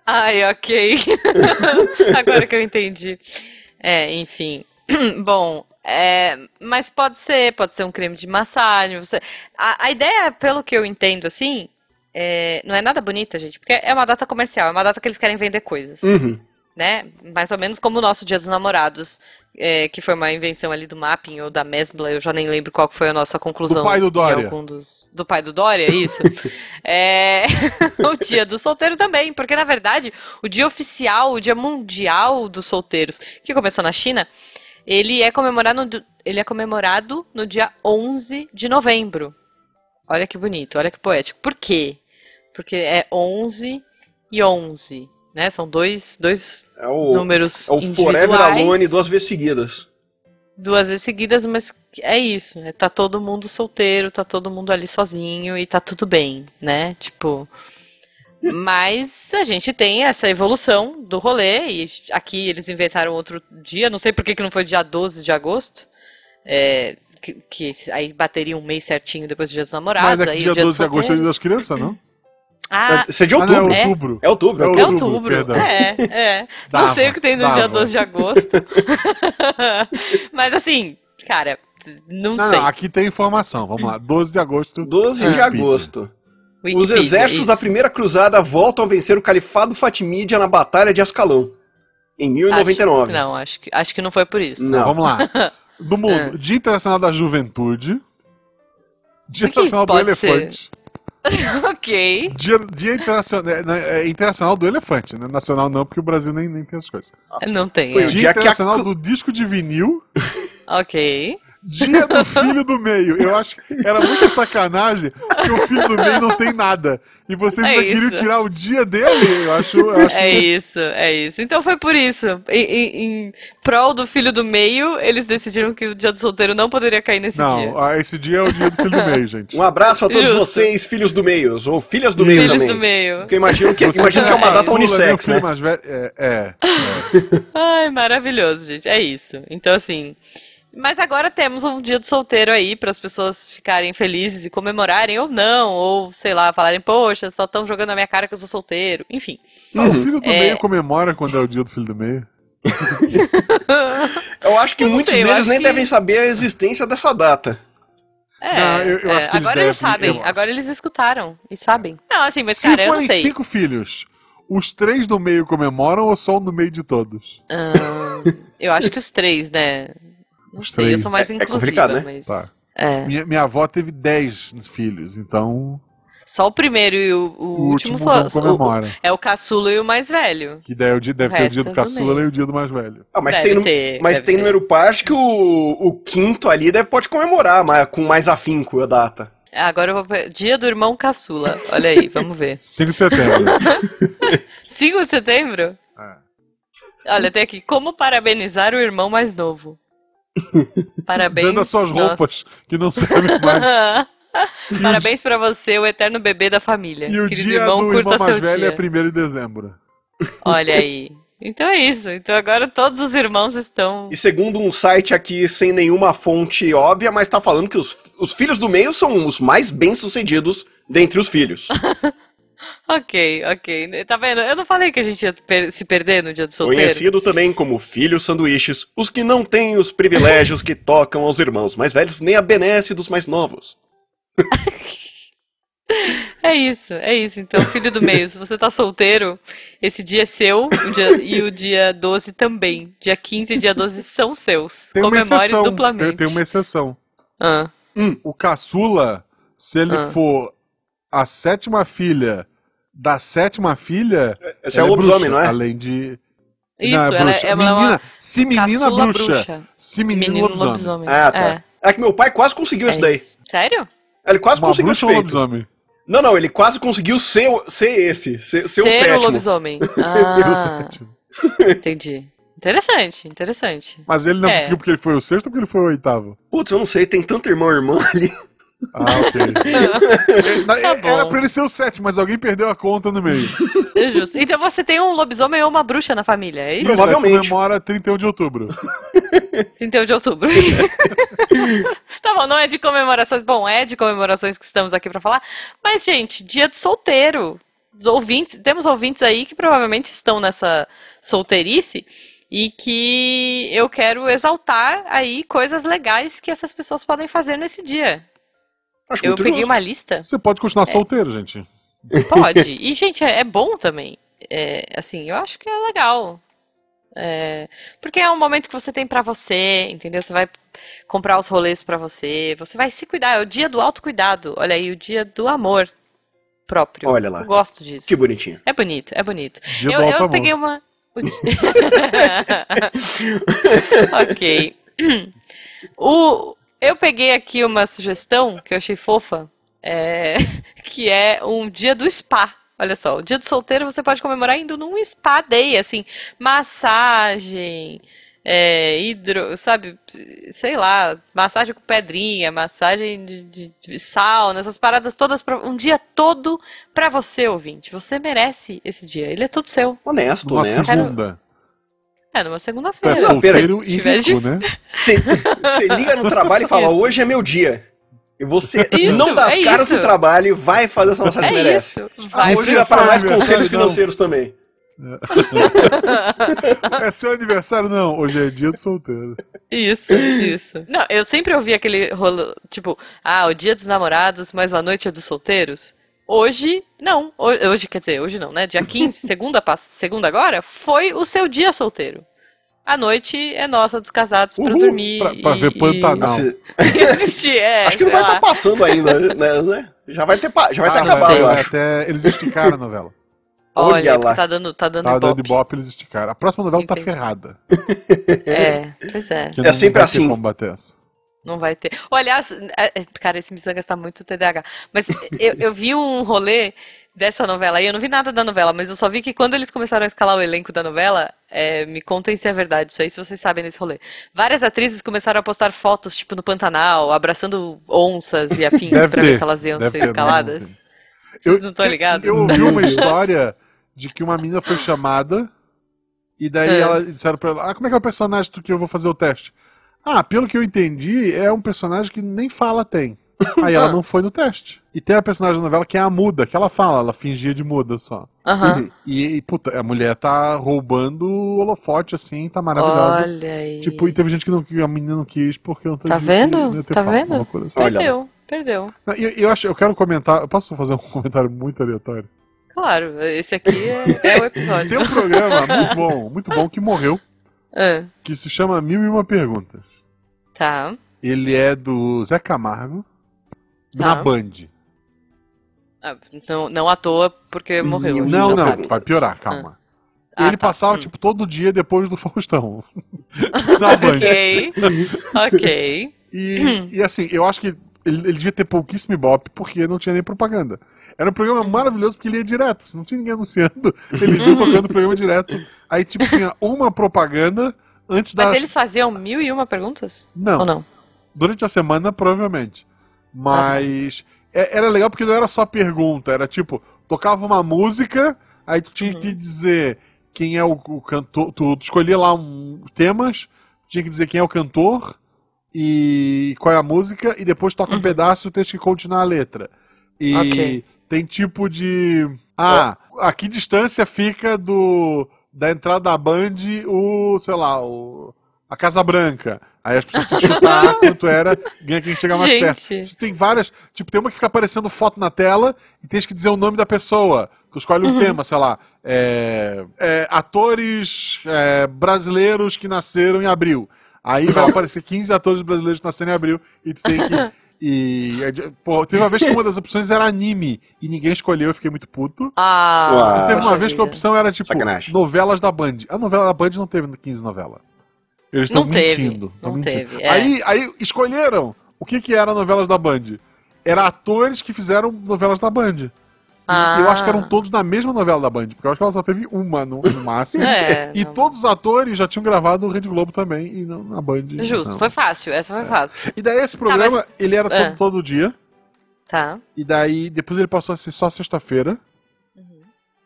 [SPEAKER 2] Ai, ok. *laughs* Agora que eu entendi. É, enfim. *clears throat* Bom, é, mas pode ser, pode ser um creme de massagem. Você... A, a ideia, pelo que eu entendo, assim, é, não é nada bonita, gente, porque é uma data comercial, é uma data que eles querem vender coisas,
[SPEAKER 3] Uhum.
[SPEAKER 2] né? Mais ou menos como o nosso Dia dos Namorados, é, que foi uma invenção ali do Mapping ou da Mesbla, eu já nem lembro qual que foi a nossa conclusão.
[SPEAKER 1] Do pai do
[SPEAKER 2] em
[SPEAKER 1] Dória.
[SPEAKER 2] algum dos- Do pai do Dória, isso.
[SPEAKER 1] *laughs*
[SPEAKER 2] É, *laughs* o Dia do Solteiro também, porque na verdade o Dia Oficial, o Dia Mundial dos Solteiros, que começou na China, ele é comemorado no, ele é comemorado no dia 11 de novembro. Olha que bonito, olha que poético. Por quê? Porque é 11 e 11, né? São dois, dois
[SPEAKER 3] É o,
[SPEAKER 2] números
[SPEAKER 3] é o Forever
[SPEAKER 2] individuais,
[SPEAKER 3] Alone duas vezes seguidas.
[SPEAKER 2] duas vezes seguidas, mas é isso. né? Tá todo mundo solteiro, tá todo mundo ali sozinho e tá tudo bem, né? Tipo. Mas a gente tem essa evolução do rolê, e aqui eles inventaram outro dia, não sei por que, que não foi dia 12 de agosto, é, que, que esse- aí bateria um mês certinho depois do dia dos namorados,
[SPEAKER 1] Mas é que
[SPEAKER 2] aí
[SPEAKER 1] dia
[SPEAKER 2] o dia
[SPEAKER 1] 12 de agosto é dia
[SPEAKER 2] solteiro.
[SPEAKER 1] das crianças, não?
[SPEAKER 2] Ah,
[SPEAKER 3] Isso é de
[SPEAKER 1] Ah, não,
[SPEAKER 3] outubro.
[SPEAKER 1] é
[SPEAKER 2] É.
[SPEAKER 1] outubro.
[SPEAKER 3] É
[SPEAKER 1] É
[SPEAKER 3] outubro. É
[SPEAKER 1] o-
[SPEAKER 3] outubro.
[SPEAKER 2] é
[SPEAKER 1] outubro,
[SPEAKER 2] outubro.
[SPEAKER 1] perdão.
[SPEAKER 2] É, é.
[SPEAKER 1] Dava,
[SPEAKER 2] não sei o que tem no
[SPEAKER 1] dava.
[SPEAKER 2] dia 12 de agosto. *laughs* Mas assim, cara, não,
[SPEAKER 3] Ah,
[SPEAKER 1] Não,
[SPEAKER 2] sei.
[SPEAKER 1] não, aqui tem informação. Vamos lá. 12 de agosto.
[SPEAKER 3] 12 de
[SPEAKER 1] Wikipedia.
[SPEAKER 3] agosto. Os
[SPEAKER 2] Wikipedia,
[SPEAKER 3] exércitos
[SPEAKER 2] isso.
[SPEAKER 3] da Primeira Cruzada voltam a vencer o Califado Fatimídia na Batalha de Ascalão, em
[SPEAKER 2] Acho-
[SPEAKER 3] 1099.
[SPEAKER 2] não, acho que, acho que não foi por isso.
[SPEAKER 3] Não.
[SPEAKER 1] Vamos lá. Do mundo. Dia Internacional da Juventude. Dia
[SPEAKER 2] Isso aqui
[SPEAKER 1] Internacional do
[SPEAKER 2] pode ser.
[SPEAKER 1] Elefante.
[SPEAKER 2] *laughs* ok.
[SPEAKER 1] Dia, dia internacional, é, é internacional do Elefante, né? Nacional não, porque o Brasil nem, nem tem essas coisas.
[SPEAKER 2] Não tem.
[SPEAKER 3] Foi
[SPEAKER 2] é.
[SPEAKER 3] o
[SPEAKER 1] Dia
[SPEAKER 3] dia que a
[SPEAKER 1] Internacional
[SPEAKER 3] cru-
[SPEAKER 1] do Disco de Vinil.
[SPEAKER 2] Ok.
[SPEAKER 1] Dia do filho do meio. Eu acho que era muita sacanagem que o filho do meio não tem nada. E vocês
[SPEAKER 2] É
[SPEAKER 1] ainda queriam
[SPEAKER 2] isso.
[SPEAKER 1] tirar o dia dele. Eu acho. Eu
[SPEAKER 2] *laughs*
[SPEAKER 1] acho
[SPEAKER 2] É isso, é isso. Então foi por isso. Em, em, em prol do filho do meio, eles decidiram que o dia do solteiro não poderia cair nesse dia.
[SPEAKER 1] não, ah, esse dia é o dia do filho do meio, gente.
[SPEAKER 3] Um abraço a todos
[SPEAKER 2] Justo.
[SPEAKER 3] vocês, filhos do meio, ou filhas do meio
[SPEAKER 2] Filhos
[SPEAKER 3] também.
[SPEAKER 2] do meio.
[SPEAKER 3] Porque eu imagino que,
[SPEAKER 1] Você
[SPEAKER 3] imagino que é uma
[SPEAKER 1] caçula,
[SPEAKER 3] data
[SPEAKER 1] meu
[SPEAKER 3] unissex,
[SPEAKER 1] filho
[SPEAKER 3] né?
[SPEAKER 1] mais velho- É, é.
[SPEAKER 2] Ai, maravilhoso, gente. É isso. Então, assim. Mas agora temos um dia do solteiro aí para as pessoas ficarem felizes e comemorarem ou não, ou sei lá, falarem, poxa, só estão jogando na minha cara que eu sou solteiro. *laughs* Enfim.
[SPEAKER 1] Tá, o filho do
[SPEAKER 2] É.
[SPEAKER 1] meio comemora quando é o dia do filho do meio.
[SPEAKER 3] Eu acho que
[SPEAKER 2] Eu não
[SPEAKER 3] muitos
[SPEAKER 2] sei, eu
[SPEAKER 3] deles
[SPEAKER 2] acho
[SPEAKER 3] nem
[SPEAKER 2] que-
[SPEAKER 3] devem saber a existência dessa data.
[SPEAKER 2] É,
[SPEAKER 1] Não, eu- eu
[SPEAKER 2] é,
[SPEAKER 1] acho que eles
[SPEAKER 2] agora eles
[SPEAKER 1] devem,
[SPEAKER 2] sabem,
[SPEAKER 1] eu-
[SPEAKER 2] agora eles escutaram e sabem. Não, assim, mas
[SPEAKER 1] Se
[SPEAKER 2] cara, eu não
[SPEAKER 1] forem
[SPEAKER 2] sei.
[SPEAKER 1] cinco filhos, os três do meio comemoram ou só um do meio de todos?
[SPEAKER 2] Ah, eu acho que os três, né? Não
[SPEAKER 1] Os
[SPEAKER 2] sei,
[SPEAKER 1] três.
[SPEAKER 2] eu sou mais
[SPEAKER 3] É- é
[SPEAKER 2] inclusiva,
[SPEAKER 3] complicado, né?
[SPEAKER 2] mas.
[SPEAKER 1] Tá.
[SPEAKER 2] É.
[SPEAKER 1] Minha, minha avó teve dez filhos, então
[SPEAKER 2] Só o primeiro e o, o
[SPEAKER 1] o,
[SPEAKER 2] último
[SPEAKER 1] último,
[SPEAKER 2] foi.
[SPEAKER 1] não
[SPEAKER 2] o-
[SPEAKER 1] comemora.
[SPEAKER 2] é o caçula e o mais velho.
[SPEAKER 1] Que daí é o dia, deve
[SPEAKER 2] O
[SPEAKER 1] ter o dia do
[SPEAKER 2] resto é do
[SPEAKER 1] caçula
[SPEAKER 2] meio.
[SPEAKER 1] e o dia do mais velho.
[SPEAKER 3] Ah, mas
[SPEAKER 2] Deve
[SPEAKER 3] tem, nu-
[SPEAKER 2] ter,
[SPEAKER 3] mas
[SPEAKER 2] deve
[SPEAKER 3] tem
[SPEAKER 2] ter.
[SPEAKER 3] número par, acho que o, o quinto ali deve, pode comemorar, mas com mais afinco a data.
[SPEAKER 2] Agora eu vou. pe- Dia do irmão caçula. Olha aí, vamos *laughs* ver.
[SPEAKER 1] 5 de setembro.
[SPEAKER 2] 5 de setembro?
[SPEAKER 1] É.
[SPEAKER 2] Olha, tem aqui. Como parabenizar o irmão
[SPEAKER 1] *laughs*
[SPEAKER 2] mais novo? Parabéns.
[SPEAKER 1] Dando as suas
[SPEAKER 2] nossa. *laughs*
[SPEAKER 1] roupas, né? que não servem mais.
[SPEAKER 2] Parabéns pra você, o eterno bebê da família.
[SPEAKER 1] E o
[SPEAKER 2] Querido
[SPEAKER 1] dia
[SPEAKER 2] irmão,
[SPEAKER 1] do
[SPEAKER 2] curta
[SPEAKER 1] irmão mais
[SPEAKER 2] seu
[SPEAKER 1] velho
[SPEAKER 2] dia.
[SPEAKER 1] é 1 de dezembro.
[SPEAKER 2] Olha aí. Então é isso. Então agora todos os irmãos estão.
[SPEAKER 3] E segundo um site aqui sem nenhuma fonte óbvia, mas tá falando que os, os filhos do meio são os mais bem-sucedidos dentre os filhos.
[SPEAKER 2] Ok, ok. Tá vendo? Eu não falei que a gente ia per- se perder no dia do solteiro.
[SPEAKER 3] Conhecido também como filhos sanduíches, os que não têm os privilégios que tocam aos irmãos mais velhos, nem a benesse dos mais novos.
[SPEAKER 2] É isso, é isso. Então, filho do meio, se você tá solteiro, esse dia é seu o dia- e o dia 12 também. Dia 15 e dia 12 são seus.
[SPEAKER 1] Tem uma
[SPEAKER 2] Comemore
[SPEAKER 1] exceção. Tem,
[SPEAKER 2] duplamente.
[SPEAKER 1] tem uma exceção.
[SPEAKER 2] Ah,
[SPEAKER 1] O caçula, se ele
[SPEAKER 2] Ah.
[SPEAKER 1] for a sétima filha da sétima filha.
[SPEAKER 3] Esse é
[SPEAKER 1] ela
[SPEAKER 3] o lobisomem,
[SPEAKER 1] bruxa,
[SPEAKER 3] não é?
[SPEAKER 1] Além de.
[SPEAKER 2] Isso,
[SPEAKER 1] não, é
[SPEAKER 2] ela
[SPEAKER 1] bruxa.
[SPEAKER 2] é uma,
[SPEAKER 1] menina, se menina
[SPEAKER 2] caçula
[SPEAKER 1] bruxa,
[SPEAKER 2] bruxa.
[SPEAKER 1] Se menino, lobisomem.
[SPEAKER 3] Ah, tá. É. que meu pai quase conseguiu
[SPEAKER 2] É,
[SPEAKER 3] isso daí.
[SPEAKER 2] é isso. Sério?
[SPEAKER 3] Ele quase
[SPEAKER 1] Uma
[SPEAKER 3] conseguiu
[SPEAKER 1] bruxa
[SPEAKER 3] isso
[SPEAKER 1] ou
[SPEAKER 3] feito.
[SPEAKER 1] lobisomem?
[SPEAKER 3] Não, não, ele quase conseguiu ser, o- ser esse, ser, ser o
[SPEAKER 2] Ser o
[SPEAKER 3] sétimo.
[SPEAKER 1] *laughs*
[SPEAKER 2] lobisomem.
[SPEAKER 1] Seu
[SPEAKER 2] Ah,
[SPEAKER 1] sétimo.
[SPEAKER 2] entendi. Interessante, interessante.
[SPEAKER 1] Mas ele não
[SPEAKER 2] É.
[SPEAKER 1] conseguiu porque ele foi o sexto ou porque ele foi o oitavo?
[SPEAKER 3] Putz, eu não sei, tem tanto irmão *laughs* e irmã ali.
[SPEAKER 2] *laughs*
[SPEAKER 1] Ah, ok. Na-
[SPEAKER 2] Tá bom.
[SPEAKER 1] Era pra ele ser o sétimo, mas alguém perdeu a conta no
[SPEAKER 2] *laughs*
[SPEAKER 1] meio.
[SPEAKER 2] É justo. Então você tem um lobisomem ou uma bruxa na família, é isso?
[SPEAKER 3] Provavelmente.
[SPEAKER 1] Isso, aí comemora 31 de outubro.
[SPEAKER 2] 31 de outubro. tá bom, não é de comemorações. Bom, é de comemorações que estamos aqui pra falar. Mas, gente, dia de solteiro. Os ouvintes, temos ouvintes aí que provavelmente estão nessa solteirice e que eu quero exaltar aí coisas legais que essas pessoas podem fazer nesse dia.
[SPEAKER 3] Acho
[SPEAKER 2] Eu
[SPEAKER 3] muito
[SPEAKER 2] peguei
[SPEAKER 3] justo.
[SPEAKER 2] uma lista. É.
[SPEAKER 1] Você pode continuar solteiro, gente.
[SPEAKER 2] Pode. E, gente, é, é bom também. É, assim, eu acho que é legal. É, porque é um momento que você tem pra você, entendeu? Você vai comprar os rolês pra você, você vai se cuidar. É o dia do autocuidado. Olha aí, o dia do amor próprio.
[SPEAKER 3] Olha lá.
[SPEAKER 2] Eu gosto disso.
[SPEAKER 3] Que bonitinho.
[SPEAKER 2] É bonito, é bonito.
[SPEAKER 1] Dia
[SPEAKER 2] eu
[SPEAKER 1] do
[SPEAKER 2] eu
[SPEAKER 1] alto amor.
[SPEAKER 2] peguei uma. ok. O, eu peguei aqui uma sugestão que eu achei fofa, é, *laughs* que é um dia do spa. Olha só, o dia do solteiro você pode comemorar indo num spa day, assim, massagem, é, hidro, sabe, sei lá, massagem com pedrinha, massagem de, de- de sauna, essas paradas todas, pra, um dia todo pra você, ouvinte. Você merece esse dia, ele é todo seu.
[SPEAKER 3] Honesto,
[SPEAKER 1] Numa
[SPEAKER 3] honesto.
[SPEAKER 1] segunda.
[SPEAKER 2] É, numa
[SPEAKER 1] Tu é
[SPEAKER 2] segunda-feira.
[SPEAKER 1] solteiro
[SPEAKER 2] Se
[SPEAKER 1] e
[SPEAKER 2] tiver
[SPEAKER 1] rico, né?
[SPEAKER 3] Você você liga no trabalho e fala,
[SPEAKER 2] Isso.
[SPEAKER 3] hoje é meu dia. E você
[SPEAKER 2] Isso,
[SPEAKER 3] não dá as
[SPEAKER 2] é
[SPEAKER 3] caras
[SPEAKER 2] isso.
[SPEAKER 3] no trabalho e vai fazer essa massagem que
[SPEAKER 2] É
[SPEAKER 3] merece.
[SPEAKER 2] isso. Vai.
[SPEAKER 3] E
[SPEAKER 1] Hoje
[SPEAKER 3] siga
[SPEAKER 1] é
[SPEAKER 3] para
[SPEAKER 1] seu
[SPEAKER 3] mais
[SPEAKER 1] aniversário,
[SPEAKER 3] conselhos
[SPEAKER 1] não.
[SPEAKER 3] financeiros também.
[SPEAKER 1] É seu aniversário? Não, hoje é dia do solteiro.
[SPEAKER 2] *laughs* Isso, isso. Não, eu sempre ouvi aquele rolo, tipo, ah, o dia dos namorados, mas a noite é dos solteiros. Hoje, não. Ho- Hoje, quer dizer, hoje não, né? Dia
[SPEAKER 3] *laughs*
[SPEAKER 2] 15, segunda, pass- segunda agora, foi o seu dia solteiro. A noite é nossa dos casados pra
[SPEAKER 3] Uhul,
[SPEAKER 2] dormir.
[SPEAKER 1] pra- pra
[SPEAKER 2] e-
[SPEAKER 1] ver
[SPEAKER 2] *laughs*
[SPEAKER 1] Pantanal. Não.
[SPEAKER 3] Assim,
[SPEAKER 2] E, e assistir, é.
[SPEAKER 3] acho que não
[SPEAKER 2] sei
[SPEAKER 3] vai estar
[SPEAKER 2] lá.
[SPEAKER 3] passando ainda, né? né? Já vai ter, pa- já vai ter
[SPEAKER 1] Ah,
[SPEAKER 2] não
[SPEAKER 3] acabado,
[SPEAKER 2] sei.
[SPEAKER 3] eu
[SPEAKER 1] vai
[SPEAKER 3] acho.
[SPEAKER 1] até- Eles esticaram a novela.
[SPEAKER 3] Olha
[SPEAKER 2] Olha,
[SPEAKER 3] lá.
[SPEAKER 2] tá dando, tá dando
[SPEAKER 1] Tá dando
[SPEAKER 2] ibope.
[SPEAKER 1] ibope, eles esticaram. A próxima novela tá
[SPEAKER 2] Entendi.
[SPEAKER 1] ferrada.
[SPEAKER 2] É, pois é.
[SPEAKER 1] que não
[SPEAKER 3] sempre
[SPEAKER 1] vai ter
[SPEAKER 3] assim.
[SPEAKER 1] como bater essa.
[SPEAKER 2] Não vai ter. Ou, aliás, é- é- cara, esse Missangas tá muito TDAH. Mas eu, eu vi um rolê dessa novela aí, eu não vi nada da novela, mas eu só vi que quando eles começaram a escalar o elenco da novela, é, me contem se é verdade isso aí, se vocês sabem desse rolê. Várias atrizes começaram a postar fotos, tipo, no Pantanal, abraçando onças e afins
[SPEAKER 1] Deve
[SPEAKER 2] pra
[SPEAKER 1] ter.
[SPEAKER 2] ver se elas iam
[SPEAKER 1] Deve
[SPEAKER 2] ser
[SPEAKER 1] ter, não,
[SPEAKER 2] escaladas.
[SPEAKER 1] não
[SPEAKER 2] Vocês não estão ligados?
[SPEAKER 1] Eu ouvi
[SPEAKER 2] *laughs*
[SPEAKER 1] uma história de que uma menina foi chamada e daí
[SPEAKER 2] É.
[SPEAKER 1] ela disseram pra ela: Ah, como é que é o personagem do que eu vou fazer o teste? Ah, pelo que eu entendi, é um personagem que nem fala tem. Aí ela
[SPEAKER 2] *laughs* Ah.
[SPEAKER 1] não foi no teste. E tem a personagem da novela que é a muda, que ela fala, ela fingia de muda só.
[SPEAKER 2] Aham.
[SPEAKER 1] Uhum, E, e, puta, a mulher tá roubando o holofote assim, tá maravilhosa.
[SPEAKER 2] Olha aí.
[SPEAKER 1] Tipo, e teve gente que, não, que a menina não quis porque não
[SPEAKER 2] Tá
[SPEAKER 1] de-
[SPEAKER 2] vendo?
[SPEAKER 1] não ia ter
[SPEAKER 2] Tá
[SPEAKER 1] fala, uma
[SPEAKER 2] vendo?
[SPEAKER 1] loucura assim.
[SPEAKER 3] Olha lá.
[SPEAKER 2] Perdeu, perdeu.
[SPEAKER 1] Não, Eu, eu acho, eu quero comentar. Eu posso fazer um *laughs* comentário muito aleatório?
[SPEAKER 2] Claro, esse aqui é, é o episódio.
[SPEAKER 1] Tem um
[SPEAKER 2] *laughs*
[SPEAKER 1] programa muito bom, muito bom que morreu,
[SPEAKER 2] Ah,
[SPEAKER 1] que se chama Mil e Uma Perguntas.
[SPEAKER 2] tá.
[SPEAKER 1] Ele é do Zé Camargo na
[SPEAKER 2] Tá.
[SPEAKER 1] Band.
[SPEAKER 2] Ah, Não, não à toa, porque morreu.
[SPEAKER 3] Mil
[SPEAKER 2] a gente
[SPEAKER 1] Não,
[SPEAKER 3] Uma
[SPEAKER 1] não,
[SPEAKER 2] sabe.
[SPEAKER 3] Perguntas.
[SPEAKER 1] vai piorar, calma.
[SPEAKER 2] Ah,
[SPEAKER 1] Ele
[SPEAKER 2] tá.
[SPEAKER 1] passava
[SPEAKER 2] Hum.
[SPEAKER 1] tipo todo dia depois do Faustão *laughs*
[SPEAKER 2] *laughs*
[SPEAKER 1] na Band.
[SPEAKER 2] Ok,
[SPEAKER 1] *laughs*
[SPEAKER 2] ok.
[SPEAKER 1] E, e, assim, eu acho que ele, ele devia ter pouquíssimo ibope porque não tinha nem propaganda. Era um programa maravilhoso porque ele ia direto, assim, não tinha ninguém anunciando, eles iam tocando o programa direto. Aí tipo tinha uma propaganda antes da
[SPEAKER 2] Mas eles faziam mil e uma perguntas?
[SPEAKER 1] Não.
[SPEAKER 2] Ou não?
[SPEAKER 1] Durante a semana, provavelmente. Mas é- era legal porque não era só pergunta, era tipo, tocava uma música, aí tu tinha que dizer quem é o, o cantor. Tu, tu escolhia lá um, temas, tinha que dizer quem é o cantor e qual é a música, e depois toca um pedaço e tens que continuar a letra. E
[SPEAKER 2] Ok.
[SPEAKER 1] tem tipo de. Ah, a que distância fica do. Da entrada da Band, o. sei lá, o a Casa Branca. Aí as pessoas têm que
[SPEAKER 2] *laughs*
[SPEAKER 1] chutar quanto era, ganha quem chega mais
[SPEAKER 2] Gente.
[SPEAKER 1] perto. Isso tem várias. Tipo, tem uma que fica aparecendo foto na tela e tens que dizer o nome da pessoa. Tu escolhe
[SPEAKER 2] Uhum.
[SPEAKER 1] um tema, sei lá. é, é, atores é, brasileiros que nasceram em abril. Aí vai
[SPEAKER 2] Nossa.
[SPEAKER 1] aparecer 15 atores brasileiros que nasceram em abril e tu tem
[SPEAKER 2] *laughs*
[SPEAKER 1] que. E. é, Pô, teve uma vez que uma das opções era anime e ninguém escolheu, eu fiquei muito puto.
[SPEAKER 2] Ah,
[SPEAKER 3] Uau.
[SPEAKER 1] Teve uma
[SPEAKER 2] poxa
[SPEAKER 1] vez que a
[SPEAKER 2] vida.
[SPEAKER 1] opção era, tipo,
[SPEAKER 3] Sacanagem.
[SPEAKER 1] novelas da Band. A novela da Band não teve 15 novela. Eles estão
[SPEAKER 2] Não teve,
[SPEAKER 1] mentindo. tão
[SPEAKER 2] não
[SPEAKER 1] mentindo.
[SPEAKER 2] teve, é.
[SPEAKER 1] Aí, aí escolheram o que, que era novelas da Band. Era atores que fizeram novelas da Band. E
[SPEAKER 2] Ah.
[SPEAKER 1] Eu acho que um eram todos na mesma novela da Band, porque eu acho que ela só teve uma no, no máximo.
[SPEAKER 2] *laughs* É,
[SPEAKER 1] e
[SPEAKER 2] não.
[SPEAKER 1] todos os atores já tinham gravado Rede Globo também, e não na Band.
[SPEAKER 2] Justo,
[SPEAKER 1] não.
[SPEAKER 2] foi fácil, essa
[SPEAKER 3] É.
[SPEAKER 2] foi fácil.
[SPEAKER 1] E daí esse programa, ele era todo,
[SPEAKER 2] É.
[SPEAKER 1] todo dia. *laughs*
[SPEAKER 2] Tá.
[SPEAKER 1] E daí, depois ele passou a ser só sexta-feira.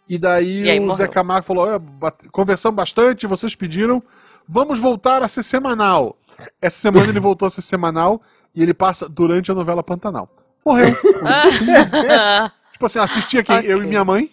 [SPEAKER 1] E daí
[SPEAKER 2] Uhum. E aí
[SPEAKER 1] o
[SPEAKER 2] morreu.
[SPEAKER 1] Zé Camargo falou: "Olha, bate- conversamos bastante, vocês pediram, vamos voltar a ser semanal. Essa semana ele voltou a ser semanal e ele passa durante a novela Pantanal.
[SPEAKER 2] *laughs*
[SPEAKER 1] Morreu.
[SPEAKER 2] Ah,
[SPEAKER 1] tipo assim, assisti aqui
[SPEAKER 2] Ok.
[SPEAKER 1] eu e minha mãe.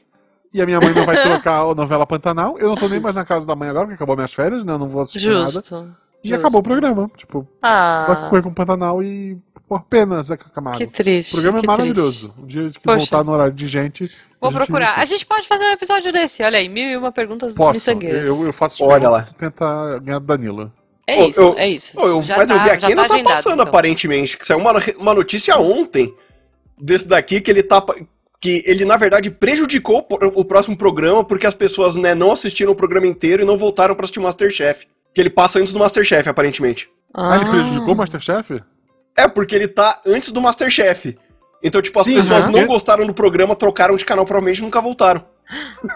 [SPEAKER 1] E a minha mãe não vai trocar a novela Pantanal. Eu não tô nem mais na casa da mãe agora, porque acabou minhas férias, né? Eu não vou assistir nada.
[SPEAKER 2] justo.
[SPEAKER 1] E
[SPEAKER 2] justo.
[SPEAKER 1] acabou o programa. Tipo, vai
[SPEAKER 2] Ah,
[SPEAKER 1] correr com o Pantanal e. Pô, pena, Zé Camargo.
[SPEAKER 2] que triste.
[SPEAKER 1] O programa é
[SPEAKER 2] que
[SPEAKER 1] maravilhoso. Um dia que
[SPEAKER 2] Poxa.
[SPEAKER 1] voltar no horário de gente,
[SPEAKER 2] triste. Vou
[SPEAKER 1] A gente
[SPEAKER 2] procurar.
[SPEAKER 1] viu
[SPEAKER 2] A gente pode fazer um episódio desse. Olha aí, mil e uma perguntas
[SPEAKER 1] Posso.
[SPEAKER 2] miçangueiras.
[SPEAKER 1] Eu, eu faço
[SPEAKER 3] Olha
[SPEAKER 1] pergunta
[SPEAKER 3] lá.
[SPEAKER 2] Tipo,
[SPEAKER 1] pra tentar ganhar do Danilo.
[SPEAKER 2] É
[SPEAKER 3] Ô,
[SPEAKER 2] isso,
[SPEAKER 3] eu-
[SPEAKER 2] é isso.
[SPEAKER 3] Pô, eu-
[SPEAKER 2] Já
[SPEAKER 3] mas eu vi
[SPEAKER 2] já
[SPEAKER 3] aqui, não tá
[SPEAKER 2] agendado,
[SPEAKER 3] passando
[SPEAKER 2] então.
[SPEAKER 3] aparentemente. Que saiu uma, uma notícia ontem desse daqui que ele tá. pa- Que ele, na verdade, prejudicou o pro- o próximo programa porque as pessoas né, não assistiram o programa inteiro e não voltaram pra assistir o Masterchef. Que ele passa antes do Masterchef, aparentemente.
[SPEAKER 1] Ah, ele prejudicou o Masterchef?
[SPEAKER 3] É, porque ele tá antes do Masterchef. Então, tipo, as
[SPEAKER 1] Sim,
[SPEAKER 3] pessoas
[SPEAKER 1] aham.
[SPEAKER 3] não gostaram do programa, trocaram de canal, provavelmente nunca voltaram.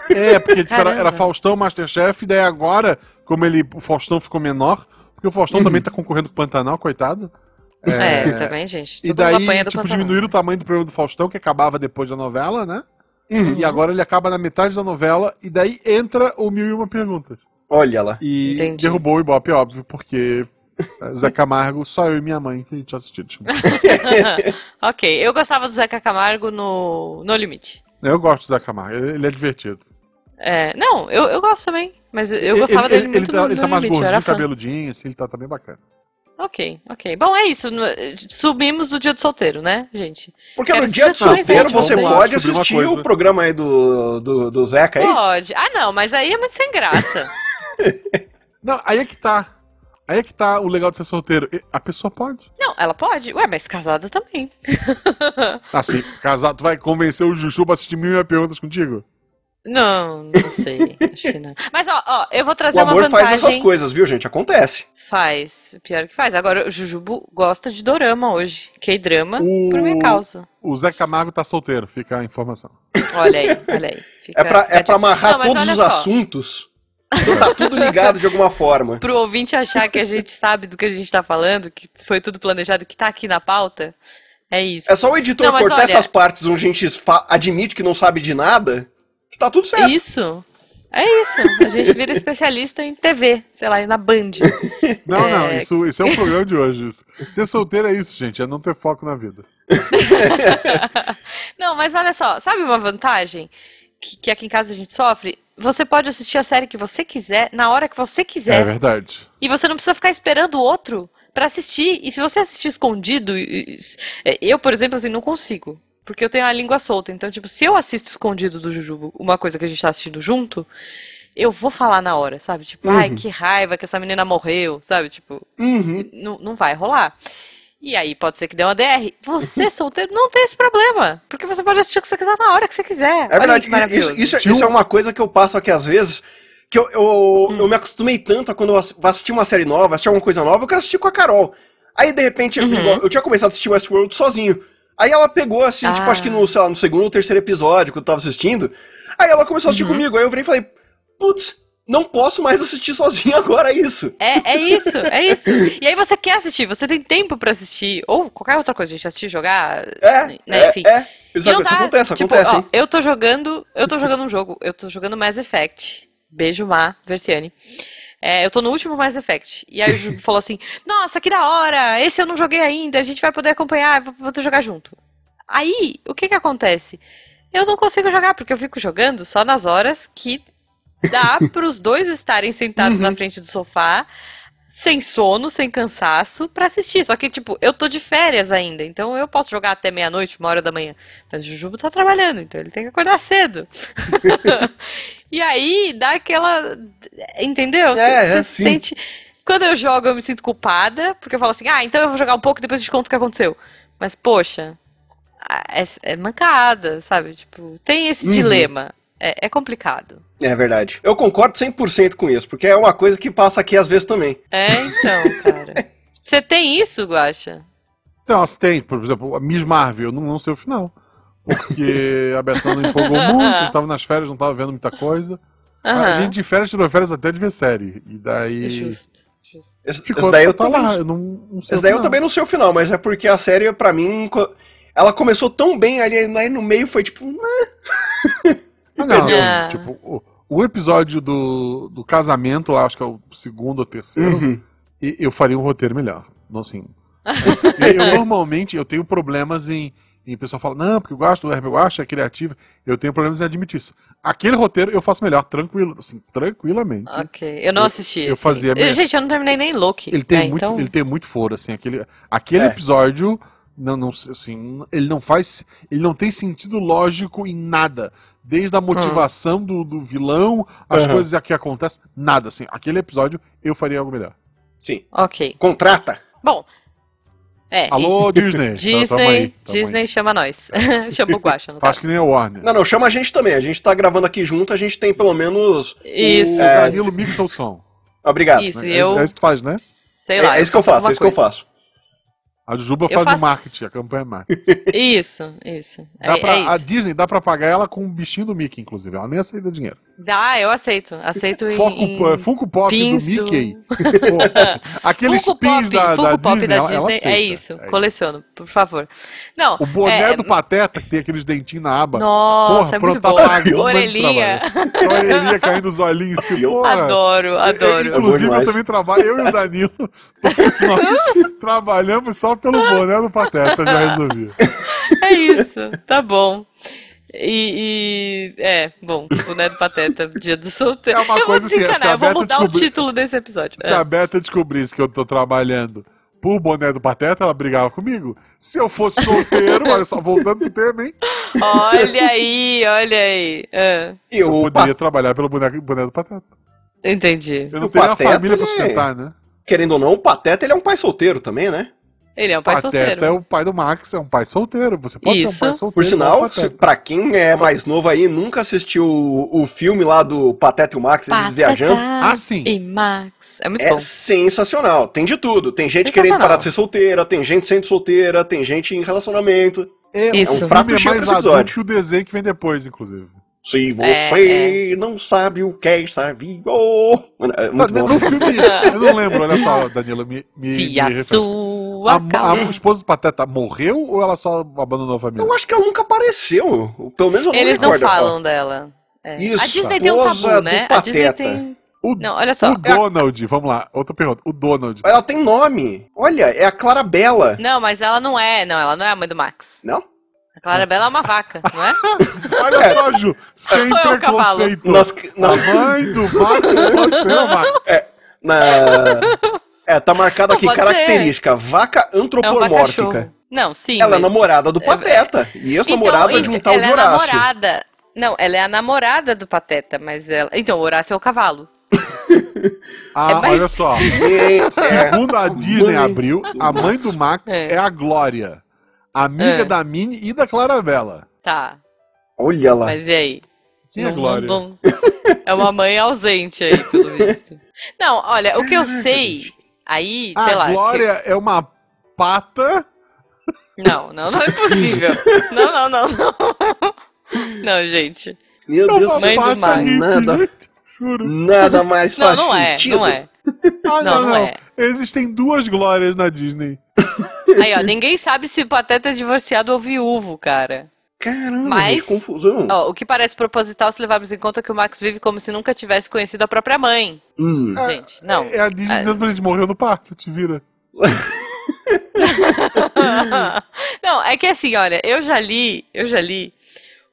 [SPEAKER 1] É, porque tipo, era, era
[SPEAKER 2] Caramba.
[SPEAKER 1] Faustão, Masterchef, e daí agora, como ele, o Faustão ficou menor, porque o Faustão também tá concorrendo com o Pantanal, coitado.
[SPEAKER 2] É, também, gente.
[SPEAKER 1] E
[SPEAKER 2] Todo mundo
[SPEAKER 1] daí,
[SPEAKER 2] apanha do
[SPEAKER 1] tipo,
[SPEAKER 2] Pantanal.
[SPEAKER 1] diminuíram o tamanho do programa do Faustão, que acabava depois da novela, né? E agora ele acaba na metade da novela, e daí entra o Mil e Uma Perguntas.
[SPEAKER 3] Olha lá.
[SPEAKER 1] E
[SPEAKER 2] Entendi.
[SPEAKER 1] derrubou o Ibope, óbvio, porque eh, Zé Camargo, só eu e minha mãe que a gente tinha assistido. tipo.
[SPEAKER 2] *laughs* ok, eu gostava do Zeca Camargo no No Limite.
[SPEAKER 1] Eu gosto do Zé Camargo, ele ele é divertido.
[SPEAKER 2] É, não, eu, eu gosto também, mas eu
[SPEAKER 1] Ele-
[SPEAKER 2] gostava
[SPEAKER 1] ele,
[SPEAKER 2] dele
[SPEAKER 1] ele,
[SPEAKER 2] muito
[SPEAKER 1] tá,
[SPEAKER 2] no,
[SPEAKER 1] ele
[SPEAKER 2] no
[SPEAKER 1] tá mais
[SPEAKER 2] Limite, eu
[SPEAKER 1] gordinho,
[SPEAKER 2] era fã.
[SPEAKER 1] cabeludinho, assim, ele tá, tá bem bacana.
[SPEAKER 2] Ok, ok. Bom, é isso. no- Subimos do dia do solteiro, né, gente?
[SPEAKER 3] Porque
[SPEAKER 2] Quero
[SPEAKER 3] no dia de
[SPEAKER 2] sugestões,
[SPEAKER 3] solteiro
[SPEAKER 2] gente,
[SPEAKER 3] você
[SPEAKER 2] vamos
[SPEAKER 3] pode
[SPEAKER 1] descobrir uma
[SPEAKER 3] assistir
[SPEAKER 1] coisa.
[SPEAKER 3] o programa aí do, do, do
[SPEAKER 1] É
[SPEAKER 3] Zeca aí.
[SPEAKER 2] Pode. Ah, não, mas aí é muito sem graça.
[SPEAKER 1] *laughs* Não, aí é que tá. Aí é que tá o legal de ser solteiro. E- A pessoa pode.
[SPEAKER 2] não, ela pode. Ué, mas casada também.
[SPEAKER 1] Assim, casado, tu vai convencer o Juju pra assistir mil e uma perguntas contigo?
[SPEAKER 2] Não, não sei. Acho que não. Mas, ó, ó, eu vou trazer
[SPEAKER 3] O amor
[SPEAKER 2] uma vantagem.
[SPEAKER 3] faz essas coisas, viu, gente? Acontece.
[SPEAKER 2] Faz, pior que faz. Agora, o Jujubu gosta de dorama hoje. Que drama,
[SPEAKER 1] O-
[SPEAKER 2] por minha causa.
[SPEAKER 1] O Zé Camargo tá solteiro, fica a informação.
[SPEAKER 2] Olha aí, olha aí. Fica-
[SPEAKER 3] É pra,
[SPEAKER 2] fica
[SPEAKER 3] é pra
[SPEAKER 2] de- tipo- Não,
[SPEAKER 3] amarrar
[SPEAKER 2] mas
[SPEAKER 3] todos
[SPEAKER 2] olha
[SPEAKER 3] os
[SPEAKER 2] só,
[SPEAKER 3] assuntos. Então tá tudo ligado de alguma forma.
[SPEAKER 2] Pro ouvinte achar que a gente sabe do que a gente tá falando, que foi tudo planejado, que tá aqui na pauta, é isso.
[SPEAKER 3] É só o editor
[SPEAKER 2] Não, mas
[SPEAKER 3] cortar
[SPEAKER 2] olha-
[SPEAKER 3] essas partes onde a gente fa- admite que não sabe de nada, que tá tudo certo.
[SPEAKER 2] Isso. É isso. A gente vira especialista em TV, sei lá, e na Band.
[SPEAKER 1] Não, não,
[SPEAKER 2] É.
[SPEAKER 1] isso, isso é o programa de hoje. Isso. Ser solteiro é isso, gente, é não ter foco na vida.
[SPEAKER 2] Não, mas olha só, sabe uma vantagem que, que aqui em casa a gente sofre? Você pode assistir a série que você quiser, na hora que você
[SPEAKER 1] É
[SPEAKER 2] quiser.
[SPEAKER 1] verdade.
[SPEAKER 2] E você não precisa ficar esperando o outro pra assistir. E se você assistir escondido, e- e- s- é, eu, por exemplo, assim, não consigo. Porque eu tenho a língua solta. Então, tipo, se eu assisto escondido do Jujubo uma coisa que a gente tá assistindo junto, eu vou falar na hora, sabe? Tipo, ai, que raiva que essa menina morreu, sabe? Tipo,
[SPEAKER 3] Uhum.
[SPEAKER 2] não, não vai rolar. E aí pode ser que dê uma DR. Você
[SPEAKER 3] *laughs*
[SPEAKER 2] solteiro não tem esse problema. Porque você pode assistir o que você quiser na hora que você quiser.
[SPEAKER 3] É
[SPEAKER 2] Olha aí que
[SPEAKER 3] verdade. e- Isso,
[SPEAKER 2] maravilhoso.
[SPEAKER 3] isso, isso é uma coisa que eu passo aqui às vezes. Que eu, eu,
[SPEAKER 2] Hum.
[SPEAKER 3] eu me acostumei tanto a quando eu ass- vou assistir uma série nova, assistir alguma coisa nova, eu quero assistir com a Carol. Aí, de repente,
[SPEAKER 2] Uhum.
[SPEAKER 3] igual, eu tinha começado a assistir Westworld sozinho. Aí ela pegou, assim,
[SPEAKER 2] Ah.
[SPEAKER 3] tipo, acho que no, sei lá, no segundo ou terceiro episódio que eu tava assistindo. Aí ela começou a
[SPEAKER 2] Uhum.
[SPEAKER 3] assistir comigo. Aí eu virei e falei, putz, não posso mais assistir sozinho agora isso.
[SPEAKER 2] É, é isso, é isso. E aí você quer assistir, você tem tempo pra assistir, ou qualquer outra coisa, gente, assistir, jogar,
[SPEAKER 3] É,
[SPEAKER 2] né,
[SPEAKER 3] é,
[SPEAKER 2] enfim.
[SPEAKER 3] é.
[SPEAKER 2] E
[SPEAKER 3] Isso,
[SPEAKER 2] não
[SPEAKER 3] isso
[SPEAKER 2] dá,
[SPEAKER 3] acontece,
[SPEAKER 2] tipo,
[SPEAKER 3] acontece,
[SPEAKER 2] ó,
[SPEAKER 3] hein?
[SPEAKER 2] eu tô jogando, eu tô jogando um jogo, eu tô jogando Mass Effect. Beijo, Má, Versiane. É, eu tô no último Mass Effect. E aí o Ju falou assim: *laughs* Nossa, que da hora! Esse eu não joguei ainda, a gente vai poder acompanhar, vou poder jogar junto. Aí, o que que acontece? Eu não consigo jogar, porque eu fico jogando só nas horas que dá pros dois estarem sentados
[SPEAKER 3] Uhum.
[SPEAKER 2] na frente do sofá, sem sono, sem cansaço, pra assistir. Só que, tipo, eu tô de férias ainda, então eu posso jogar até meia-noite, uma hora da manhã. Mas o Jujubo tá trabalhando, então ele tem que acordar cedo.
[SPEAKER 3] *laughs*
[SPEAKER 2] e aí dá aquela. Entendeu? Você
[SPEAKER 3] É, é,
[SPEAKER 2] se
[SPEAKER 3] sim.
[SPEAKER 2] sente. Quando eu jogo, eu me sinto culpada, porque eu falo assim, ah, então eu vou jogar um pouco e depois eu te conto o que aconteceu. Mas, poxa, ah, é, é mancada, sabe? Tipo, tem esse
[SPEAKER 3] Uhum.
[SPEAKER 2] dilema. É, é complicado.
[SPEAKER 3] É verdade. Eu concordo 100% com isso, porque é uma coisa que passa aqui às vezes também.
[SPEAKER 2] É, então,
[SPEAKER 1] *laughs*
[SPEAKER 2] cara. Você tem isso, Guaxa?
[SPEAKER 1] Então, se tem, por exemplo, a Miss Marvel, eu não, não sei o final. Porque a Betão não empolgou muito,
[SPEAKER 2] *laughs*
[SPEAKER 1] estava nas férias, não estava vendo muita coisa. Ah, A
[SPEAKER 2] Aham. É
[SPEAKER 1] gente de férias tirou férias até de ver série. E daí.
[SPEAKER 2] Justo, justo.
[SPEAKER 3] Esse,
[SPEAKER 1] Ficou
[SPEAKER 3] esse daí eu
[SPEAKER 1] pra
[SPEAKER 3] também
[SPEAKER 1] lá,
[SPEAKER 3] não-
[SPEAKER 1] eu não, não sei o
[SPEAKER 3] Esse daí eu
[SPEAKER 1] final.
[SPEAKER 3] também não sei o final, mas é porque a série, pra mim, co- ela começou tão bem ali, aí no meio foi tipo. "Ah".
[SPEAKER 1] Ah, não, assim,
[SPEAKER 2] Ah.
[SPEAKER 1] tipo, o, o episódio do, do casamento, lá, acho que é o segundo ou terceiro, e- eu faria um roteiro melhor. Não assim. eu, eu normalmente eu tenho problemas em. E o pessoal fala, não, porque eu gosto do Herbert Guacha, é criativo. Eu tenho problemas em admitir isso. Aquele roteiro eu faço melhor, tranquilo, assim, tranquilamente.
[SPEAKER 2] Ok. Eu não assisti.
[SPEAKER 1] eu
[SPEAKER 2] esse.
[SPEAKER 1] fazia mesmo.
[SPEAKER 2] Gente, eu não terminei nem Loki.
[SPEAKER 1] Ele tem,
[SPEAKER 2] né,
[SPEAKER 1] muito,
[SPEAKER 2] então...
[SPEAKER 1] ele tem muito foro, assim. Aquele, aquele
[SPEAKER 3] É.
[SPEAKER 1] episódio Não, não, assim, ele não faz. Ele não tem sentido lógico em nada. Desde a motivação do, do vilão, as
[SPEAKER 3] Aham.
[SPEAKER 1] coisas que acontecem, nada. Assim, aquele episódio eu faria algo melhor.
[SPEAKER 3] Sim.
[SPEAKER 2] Ok.
[SPEAKER 3] Contrata!
[SPEAKER 2] Bom. É.
[SPEAKER 1] Alô,
[SPEAKER 2] *laughs*
[SPEAKER 1] Disney.
[SPEAKER 2] isso. Disney,
[SPEAKER 1] Tá, tamo aí, tamo aí.
[SPEAKER 2] Disney
[SPEAKER 1] *laughs*
[SPEAKER 2] chama nós. chama o Guacha, no
[SPEAKER 1] Faz
[SPEAKER 2] caso.
[SPEAKER 1] que nem a Warner.
[SPEAKER 3] Não, não, chama a gente também. A gente tá gravando aqui junto, a gente tem pelo menos.
[SPEAKER 2] Isso.
[SPEAKER 1] O
[SPEAKER 3] É,
[SPEAKER 1] Danilo mixa o som.
[SPEAKER 3] Obrigado.
[SPEAKER 2] Isso, e
[SPEAKER 1] É isso-
[SPEAKER 2] eu,
[SPEAKER 1] É isso que tu faz, né?
[SPEAKER 2] sei lá.
[SPEAKER 3] é, é isso que eu faço, é isso que eu faço.
[SPEAKER 1] A Juba
[SPEAKER 2] Eu
[SPEAKER 1] faz
[SPEAKER 2] faço-
[SPEAKER 1] o marketing, a campanha é marketing.
[SPEAKER 2] Isso, isso. É,
[SPEAKER 1] Dá pra-
[SPEAKER 2] é
[SPEAKER 1] A
[SPEAKER 2] isso.
[SPEAKER 1] Disney dá pra pagar ela com o bichinho do Mickey, inclusive. Ela nem aceita dinheiro.
[SPEAKER 2] Dá, eu aceito. Aceito em-
[SPEAKER 1] Foco,
[SPEAKER 2] em...
[SPEAKER 1] é, Funko Pop
[SPEAKER 2] pins
[SPEAKER 1] do
[SPEAKER 2] do- *laughs*
[SPEAKER 1] Mickey. Pô, aqueles
[SPEAKER 2] Funko
[SPEAKER 1] pins
[SPEAKER 2] Pop,
[SPEAKER 1] da,
[SPEAKER 2] Funko Pop
[SPEAKER 1] Disney,
[SPEAKER 2] da
[SPEAKER 1] ela- ela
[SPEAKER 2] Disney, é
[SPEAKER 1] aceita.
[SPEAKER 2] isso. Coleciono, por favor. Não,
[SPEAKER 1] O boné
[SPEAKER 2] é-
[SPEAKER 1] do Pateta, que tem aqueles dentinhos na aba.
[SPEAKER 2] Nossa, é
[SPEAKER 1] Porra,
[SPEAKER 2] muito
[SPEAKER 1] pronto,
[SPEAKER 2] bom.
[SPEAKER 1] tá pago, um monte de
[SPEAKER 2] *laughs* Orelhinha.
[SPEAKER 1] A orelhinha caindo os olhinhos em cima. Porra.
[SPEAKER 2] Adoro,
[SPEAKER 1] Eu,
[SPEAKER 2] adoro.
[SPEAKER 1] inclusive,
[SPEAKER 3] É bom
[SPEAKER 1] eu
[SPEAKER 3] demais.
[SPEAKER 1] também trabalho, eu e o Danilo, *laughs* todos nós trabalhamos só pelo boné do Pateta, já resolvi.
[SPEAKER 2] É isso, tá bom. E, e- é, bom, boné do Pateta, dia do solteiro.
[SPEAKER 1] É uma
[SPEAKER 2] eu
[SPEAKER 1] coisa
[SPEAKER 2] vou
[SPEAKER 1] assim,
[SPEAKER 2] desencanar,
[SPEAKER 1] se a
[SPEAKER 2] eu vou
[SPEAKER 1] Beta
[SPEAKER 2] mudar o
[SPEAKER 1] descobrir-
[SPEAKER 2] título desse episódio. É.
[SPEAKER 1] Se a Beta descobrisse que eu tô trabalhando por boné do Pateta, ela brigava comigo. Se eu fosse solteiro, olha só, voltando do tema, hein?
[SPEAKER 2] É. Olha aí, olha aí. É,
[SPEAKER 3] E
[SPEAKER 1] Eu
[SPEAKER 3] o
[SPEAKER 1] poderia trabalhar pelo boneco- boné do Pateta.
[SPEAKER 2] entendi.
[SPEAKER 1] Eu não
[SPEAKER 3] O
[SPEAKER 1] tenho uma
[SPEAKER 3] Pateta, é um
[SPEAKER 1] família pra
[SPEAKER 3] ele-
[SPEAKER 1] sustentar, né?
[SPEAKER 3] Querendo ou não, o Pateta ele é um pai solteiro também, né?
[SPEAKER 2] Ele é um pai
[SPEAKER 1] Pateta
[SPEAKER 2] solteiro.
[SPEAKER 1] é o pai do Max, é um pai solteiro. Você pode ser um
[SPEAKER 2] Isso.
[SPEAKER 1] pai solteiro.
[SPEAKER 3] Por
[SPEAKER 1] igual
[SPEAKER 3] sinal,
[SPEAKER 1] o Pateta.
[SPEAKER 3] se- pra quem é mais novo aí, nunca assistiu o, o filme lá do Pateta e o Max, eles
[SPEAKER 2] Pateta
[SPEAKER 3] viajando.
[SPEAKER 1] Ah, sim.
[SPEAKER 2] E Max. É muito
[SPEAKER 3] É
[SPEAKER 2] bom.
[SPEAKER 3] sensacional. Tem de tudo. Tem gente
[SPEAKER 2] Sensacional.
[SPEAKER 3] querendo parar de ser solteira, tem gente sendo solteira, tem gente em relacionamento.
[SPEAKER 1] É,
[SPEAKER 2] Isso.
[SPEAKER 1] O
[SPEAKER 2] É um
[SPEAKER 1] filme
[SPEAKER 3] prato
[SPEAKER 1] é
[SPEAKER 3] cheio
[SPEAKER 1] mais
[SPEAKER 3] desse
[SPEAKER 1] adulto
[SPEAKER 3] episódio.
[SPEAKER 1] que o desenho que vem depois, inclusive.
[SPEAKER 2] É,
[SPEAKER 3] Se você não sabe o que é estar vivo. Mano, é muito
[SPEAKER 1] Não,
[SPEAKER 3] bom.
[SPEAKER 1] Tá, no filme, eu não lembro, olha só, Danilo, me, me,
[SPEAKER 2] Se
[SPEAKER 1] me
[SPEAKER 2] a
[SPEAKER 1] refere.
[SPEAKER 2] sua
[SPEAKER 1] A, a,
[SPEAKER 2] calça-
[SPEAKER 1] o esposo do Pateta morreu ou ela só abandonou a família?
[SPEAKER 3] Eu acho que ela nunca apareceu. Pelo menos eu não
[SPEAKER 2] Eles não
[SPEAKER 3] recordo.
[SPEAKER 2] falam dela. É.
[SPEAKER 3] Isso,
[SPEAKER 2] a Disney tem um
[SPEAKER 3] esposa
[SPEAKER 2] tabu,
[SPEAKER 3] do
[SPEAKER 2] né? A
[SPEAKER 3] Pateta.
[SPEAKER 2] Disney tem.
[SPEAKER 1] O,
[SPEAKER 2] Não, olha só.
[SPEAKER 1] o Donald, vamos lá, outra pergunta. O Donald.
[SPEAKER 3] Ela tem nome. Olha, é a Clara Bela.
[SPEAKER 2] Não, mas ela não é, não, ela não é a mãe do Max.
[SPEAKER 3] Não?
[SPEAKER 2] A Clara Bela é uma vaca, não é?
[SPEAKER 3] *laughs*
[SPEAKER 1] Olha só, Ju, sem
[SPEAKER 2] Ou é o cavalo?
[SPEAKER 1] preconceito.
[SPEAKER 3] Nas,
[SPEAKER 1] A
[SPEAKER 3] na,
[SPEAKER 1] mãe do Max é não pode
[SPEAKER 2] *laughs*
[SPEAKER 1] ser uma vaca.
[SPEAKER 3] na- É, tá marcado
[SPEAKER 2] Não,
[SPEAKER 3] aqui
[SPEAKER 2] pode ser.
[SPEAKER 3] característica. Vaca
[SPEAKER 2] É um
[SPEAKER 3] antropomórfica.
[SPEAKER 2] vaca-show. Não, sim.
[SPEAKER 3] ela é
[SPEAKER 2] mas-
[SPEAKER 3] namorada do
[SPEAKER 2] é-
[SPEAKER 3] Pateta. E
[SPEAKER 2] Então,
[SPEAKER 3] ex-namorada de um
[SPEAKER 2] ent-
[SPEAKER 3] tal
[SPEAKER 2] ela
[SPEAKER 3] de
[SPEAKER 2] é a
[SPEAKER 3] Horácio.
[SPEAKER 2] namorada. Não, ela é a namorada do Pateta, mas ela. Então, o Horácio é o cavalo.
[SPEAKER 1] Ah,
[SPEAKER 2] É, mas-
[SPEAKER 1] olha só.
[SPEAKER 2] *laughs*
[SPEAKER 3] Gente, é.
[SPEAKER 1] Segundo a Disney
[SPEAKER 3] mãe
[SPEAKER 1] abriu,
[SPEAKER 3] do
[SPEAKER 1] a mãe do Max
[SPEAKER 2] É.
[SPEAKER 1] é, a Glória. Amiga
[SPEAKER 2] É.
[SPEAKER 1] da Minnie e da Clarabella.
[SPEAKER 2] Tá.
[SPEAKER 3] Olha lá.
[SPEAKER 2] Mas e aí?
[SPEAKER 1] Quem é
[SPEAKER 2] Não-
[SPEAKER 1] Glória?
[SPEAKER 2] não- É uma mãe ausente aí,
[SPEAKER 3] *laughs*
[SPEAKER 2] pelo visto. Não, olha, o que eu sei aí,
[SPEAKER 3] Ah,
[SPEAKER 2] sei lá.
[SPEAKER 1] A
[SPEAKER 2] que-
[SPEAKER 1] Ah, Glória é uma pata.
[SPEAKER 2] Não, não, não é
[SPEAKER 3] *laughs*
[SPEAKER 1] *laughs*
[SPEAKER 2] possível. não, não, não, não. Não, gente.
[SPEAKER 3] Meu
[SPEAKER 1] é
[SPEAKER 3] Deus do
[SPEAKER 1] uma
[SPEAKER 2] Mãe
[SPEAKER 3] céu.
[SPEAKER 2] do
[SPEAKER 1] pata
[SPEAKER 2] Max.
[SPEAKER 1] infinita. Juro.
[SPEAKER 3] Nada mais
[SPEAKER 2] Não,
[SPEAKER 3] faz
[SPEAKER 2] não é,
[SPEAKER 3] sentido.
[SPEAKER 2] não é.
[SPEAKER 1] Ah,
[SPEAKER 2] Não,
[SPEAKER 1] não,
[SPEAKER 2] não
[SPEAKER 1] não.
[SPEAKER 2] é.
[SPEAKER 1] Existem duas glórias na Disney.
[SPEAKER 2] Aí, ó, ninguém sabe se o Pateta é divorciado ou viúvo, cara.
[SPEAKER 3] Caramba,
[SPEAKER 2] Mas-
[SPEAKER 3] gente, confusão.
[SPEAKER 2] Ó, o que parece proposital se levarmos em conta que o Max vive como se nunca tivesse conhecido a própria mãe.
[SPEAKER 3] Hum.
[SPEAKER 2] Gente, não. *laughs*
[SPEAKER 1] É a Disney
[SPEAKER 2] Ah.
[SPEAKER 1] dizendo pra gente: morreu no parto, te vira.
[SPEAKER 2] não, é que assim, olha, eu já li, eu já li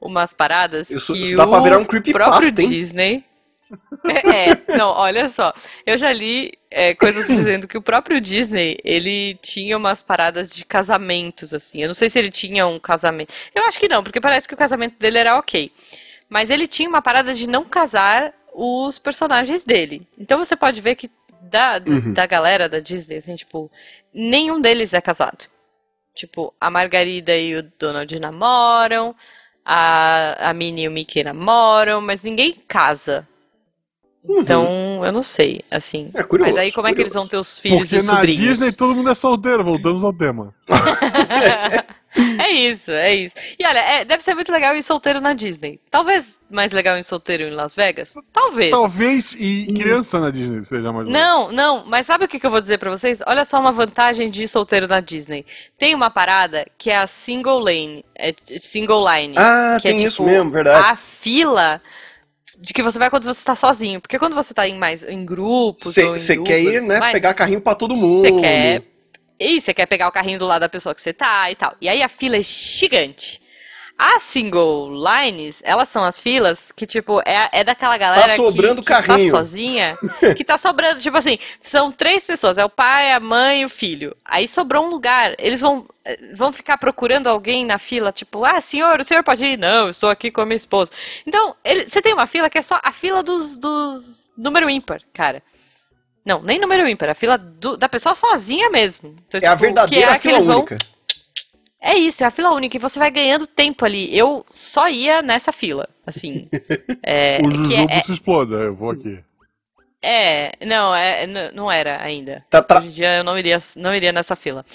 [SPEAKER 2] umas paradas
[SPEAKER 3] Isso-
[SPEAKER 2] que
[SPEAKER 3] isso dá pra
[SPEAKER 2] o
[SPEAKER 3] virar um
[SPEAKER 2] próprio
[SPEAKER 3] creepypasta, hein?
[SPEAKER 2] Disney... *laughs* É, é, não, olha só, eu já li é, coisas dizendo que o próprio Disney, ele tinha umas paradas de casamentos, assim, eu não sei se ele tinha um casamento, eu acho que não, porque parece que o casamento dele era ok, mas ele tinha uma parada de não casar os personagens dele, então você pode ver que da,
[SPEAKER 3] Uhum.
[SPEAKER 2] da galera da Disney, assim, tipo, nenhum deles é casado. Tipo, a Margarida e o Donald namoram, a, a Minnie e o Mickey namoram, mas ninguém casa. Então, eu não sei, assim.
[SPEAKER 3] Uhum. É curioso,
[SPEAKER 2] mas aí como é que eles vão
[SPEAKER 3] curioso.
[SPEAKER 2] ter os filhos
[SPEAKER 1] Porque
[SPEAKER 2] e os
[SPEAKER 1] na
[SPEAKER 2] sobrinhos?
[SPEAKER 1] Disney todo mundo é solteiro. Voltamos ao tema.
[SPEAKER 2] *laughs* é isso, é isso. E olha, é- deve ser muito legal ir solteiro na Disney. Talvez mais legal ir solteiro em Las Vegas? Talvez.
[SPEAKER 1] Talvez e criança na Disney seja mais legal.
[SPEAKER 2] Não, não, mas sabe o que que eu vou dizer pra vocês? Olha só uma vantagem de ir solteiro na Disney. Tem uma parada que é a single lane, é single line.
[SPEAKER 3] Ah,
[SPEAKER 2] que é
[SPEAKER 3] tem isso
[SPEAKER 2] tipo,
[SPEAKER 3] mesmo, verdade.
[SPEAKER 2] A fila de que você vai quando você tá sozinho. Porque quando você tá em mais em grupos, ou em
[SPEAKER 3] Você quer
[SPEAKER 2] duplas e
[SPEAKER 3] ir,
[SPEAKER 2] tudo
[SPEAKER 3] né,
[SPEAKER 2] mais,
[SPEAKER 3] pegar carrinho pra todo mundo.
[SPEAKER 2] Você quer. tipo, E você quer pegar o carrinho do lado da pessoa que você tá e tal. E aí a fila é gigante. As single lines, elas são as filas que, tipo, é, é daquela galera
[SPEAKER 3] Tá sobrando
[SPEAKER 2] que, que está
[SPEAKER 3] carrinho.
[SPEAKER 2] sozinha, que tá sobrando, tipo assim, são três pessoas, é o pai, a mãe e o filho. Aí sobrou um lugar, eles vão, eh, vão ficar procurando alguém na fila, tipo, ah, senhor, o senhor pode ir? Não, eu estou aqui com a minha esposa. Então, ele- você tem uma fila que é só a fila dos, dos número ímpar, cara. Não, nem número ímpar, a fila do- da pessoa sozinha mesmo. Então,
[SPEAKER 3] É a
[SPEAKER 2] tipo, que
[SPEAKER 3] verdadeira
[SPEAKER 2] a que
[SPEAKER 3] fila
[SPEAKER 2] eles vão-
[SPEAKER 3] única.
[SPEAKER 2] é isso, é a fila única e você vai ganhando tempo ali. Eu só ia nessa fila,
[SPEAKER 3] *laughs*
[SPEAKER 2] assim. É,
[SPEAKER 1] o
[SPEAKER 2] que
[SPEAKER 1] Jujubo
[SPEAKER 2] é,
[SPEAKER 1] se exploda, eu vou aqui.
[SPEAKER 2] é- é, não, é- n- não era ainda.
[SPEAKER 3] Tá, tra-
[SPEAKER 2] Hoje em dia eu não iria, não iria nessa fila.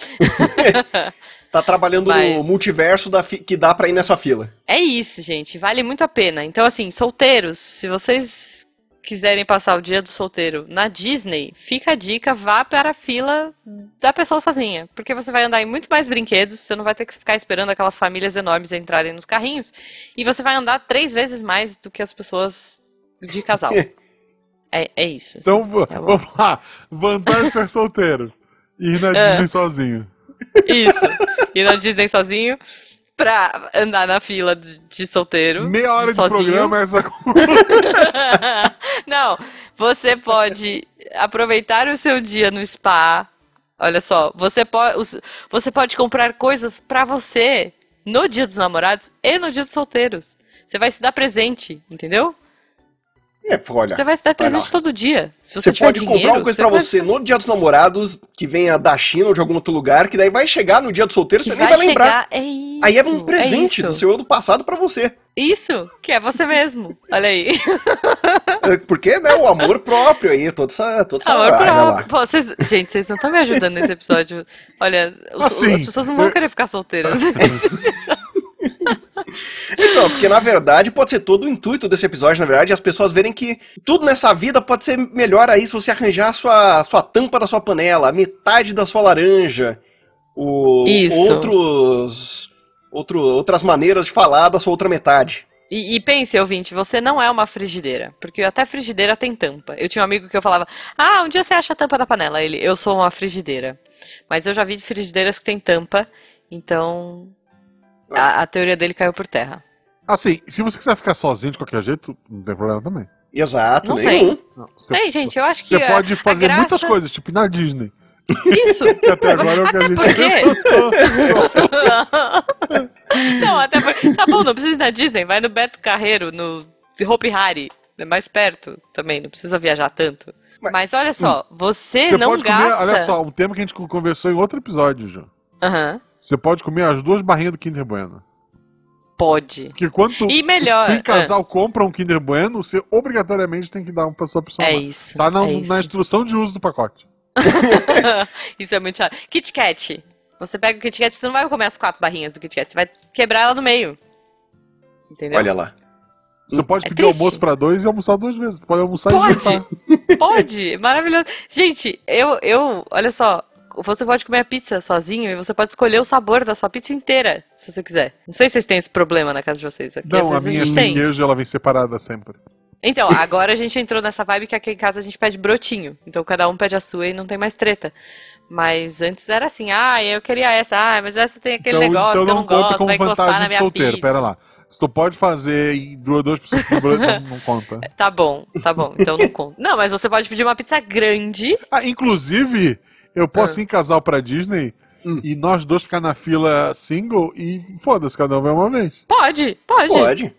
[SPEAKER 3] tá trabalhando no
[SPEAKER 2] Mas-
[SPEAKER 3] multiverso da fi- que dá pra ir nessa fila.
[SPEAKER 2] É isso, gente, vale muito a pena. Então, assim, solteiros, se vocês quiserem passar o dia do solteiro na Disney, fica a dica, vá para a fila da pessoa sozinha, porque você vai andar em muito mais brinquedos, você não vai ter que ficar esperando aquelas famílias enormes entrarem nos carrinhos, e você vai andar três vezes mais do que as pessoas
[SPEAKER 1] *laughs*
[SPEAKER 2] de casal. É, é isso.
[SPEAKER 1] Então, v-
[SPEAKER 2] Tá bom.
[SPEAKER 1] vamos lá. Vantagem ser solteiro. Ir na
[SPEAKER 2] É.
[SPEAKER 1] Disney sozinho.
[SPEAKER 2] Isso. Ir na Disney sozinho pra andar na fila de, de solteiro.
[SPEAKER 1] Meia hora de
[SPEAKER 2] sozinho.
[SPEAKER 1] programa, essa
[SPEAKER 2] *laughs* Não, você pode aproveitar o seu dia no spa. Olha só, você pode, você pode comprar coisas pra você no dia dos namorados e no dia dos solteiros. Você vai se dar presente, entendeu?
[SPEAKER 3] É, olha.
[SPEAKER 2] Você vai se dar
[SPEAKER 3] vai lá.
[SPEAKER 2] presente todo dia. Se você,
[SPEAKER 3] Você
[SPEAKER 2] tiver
[SPEAKER 3] pode comprar uma
[SPEAKER 2] dinheiro,
[SPEAKER 3] coisa
[SPEAKER 2] você
[SPEAKER 3] pra
[SPEAKER 2] vai-
[SPEAKER 3] você no dia dos namorados, que venha da China ou de algum outro lugar, que daí vai chegar no dia do solteiro,
[SPEAKER 2] que
[SPEAKER 3] você nem vai
[SPEAKER 2] vai
[SPEAKER 3] lembrar.
[SPEAKER 2] chegar- É isso,
[SPEAKER 3] Aí é um presente
[SPEAKER 2] é
[SPEAKER 3] do
[SPEAKER 2] isso.
[SPEAKER 3] seu eu do passado pra você.
[SPEAKER 2] Isso, que é você mesmo. Olha aí.
[SPEAKER 3] *laughs* É, Porque, né, o amor próprio aí, toda essa, toda essa
[SPEAKER 2] Amor
[SPEAKER 3] vibe
[SPEAKER 2] próprio. Pô, vocês- gente, vocês não estão me ajudando nesse episódio. Olha, os-
[SPEAKER 1] Assim,
[SPEAKER 2] as pessoas não vão
[SPEAKER 1] eu-
[SPEAKER 2] querer ficar solteiras.
[SPEAKER 3] *laughs* Então, porque na verdade pode ser todo o intuito desse episódio, na verdade, é as pessoas verem que tudo nessa vida pode ser melhor aí se você arranjar a sua, a sua tampa da sua panela, a metade da sua laranja, o,
[SPEAKER 2] Isso.
[SPEAKER 3] outros, outro, outras maneiras de falar da sua outra metade.
[SPEAKER 2] E, e pense, ouvinte, você não é uma frigideira. Porque até frigideira tem tampa. Eu tinha um amigo que eu falava, ah, um dia você acha a tampa da panela? Ele, eu sou uma frigideira. Mas eu já vi frigideiras que tem tampa, então a, a teoria dele caiu por terra.
[SPEAKER 1] Assim, se você quiser ficar sozinho de qualquer jeito, não tem problema também.
[SPEAKER 3] Exato,
[SPEAKER 2] Não
[SPEAKER 3] nenhum.
[SPEAKER 1] Não, você
[SPEAKER 2] Ei, gente, eu acho que
[SPEAKER 1] você
[SPEAKER 2] a-
[SPEAKER 1] pode fazer
[SPEAKER 2] graça-
[SPEAKER 1] muitas coisas, tipo ir na Disney.
[SPEAKER 2] *laughs* isso *laughs*
[SPEAKER 1] Que até agora é o que a
[SPEAKER 2] Até
[SPEAKER 1] gente
[SPEAKER 2] Né? não, até porque. Tá bom, não precisa ir na Disney, vai no Beto Carreiro, no Hopi Hari. É mais perto também, não precisa viajar tanto.
[SPEAKER 3] Mas-
[SPEAKER 2] Mas, olha só, você,
[SPEAKER 1] hum, Você
[SPEAKER 2] não
[SPEAKER 1] pode
[SPEAKER 2] gasta.
[SPEAKER 1] comer, olha só, um tema que a gente conversou em outro episódio, Ju.
[SPEAKER 2] Aham,
[SPEAKER 1] Você pode comer as duas barrinhas do Kinder Bueno.
[SPEAKER 2] pode.
[SPEAKER 1] Porque quando
[SPEAKER 2] E é. melhor.
[SPEAKER 1] tem casal compra um Kinder Bueno, você obrigatoriamente tem que dar um pra sua
[SPEAKER 2] ah,
[SPEAKER 1] pessoa.
[SPEAKER 2] É
[SPEAKER 1] amar.
[SPEAKER 2] isso.
[SPEAKER 1] Tá na,
[SPEAKER 2] é
[SPEAKER 1] na
[SPEAKER 2] isso.
[SPEAKER 1] instrução de uso do pacote.
[SPEAKER 2] *laughs* isso é muito chato. Kit Kat. Você pega o Kit Kat, você não vai comer as quatro barrinhas do Kit Kat, você vai quebrar ela no meio. Entendeu?
[SPEAKER 3] Olha lá.
[SPEAKER 1] Você pode
[SPEAKER 2] É
[SPEAKER 1] pedir
[SPEAKER 2] triste.
[SPEAKER 1] almoço pra dois e almoçar duas vezes. Pode almoçar e jantar.
[SPEAKER 2] Pode, *laughs* pode, maravilhoso. Gente, eu, eu, olha só, você pode comer a pizza sozinho e você pode escolher o sabor da sua pizza inteira, se você quiser. Não sei se vocês têm esse problema na casa de vocês aqui. às
[SPEAKER 1] Não, a
[SPEAKER 2] vezes
[SPEAKER 1] minha
[SPEAKER 2] gente
[SPEAKER 1] sem
[SPEAKER 2] tem.
[SPEAKER 1] queijo, ela vem separada sempre.
[SPEAKER 2] Então, agora a gente entrou nessa vibe que aqui em casa a gente pede brotinho. Então cada um pede a sua e não tem mais treta. Mas antes era assim, ah, eu queria essa, ah, mas essa tem
[SPEAKER 1] Então,
[SPEAKER 2] aquele negócio que eu não gosto, vai encostar na minha
[SPEAKER 1] solteiro.
[SPEAKER 2] pizza.
[SPEAKER 1] Pera lá. Se tu pode fazer e duas, duas pessoas com bro- não, não conta.
[SPEAKER 2] Tá bom, tá bom, então não conta. Não, mas você pode pedir uma pizza grande.
[SPEAKER 1] Ah, inclusive, eu posso
[SPEAKER 2] É.
[SPEAKER 1] ir em casal pra Disney
[SPEAKER 3] Hum.
[SPEAKER 1] e nós dois ficar na fila single e foda-se, cada um vai uma vez.
[SPEAKER 2] Pode, pode.
[SPEAKER 3] Pode.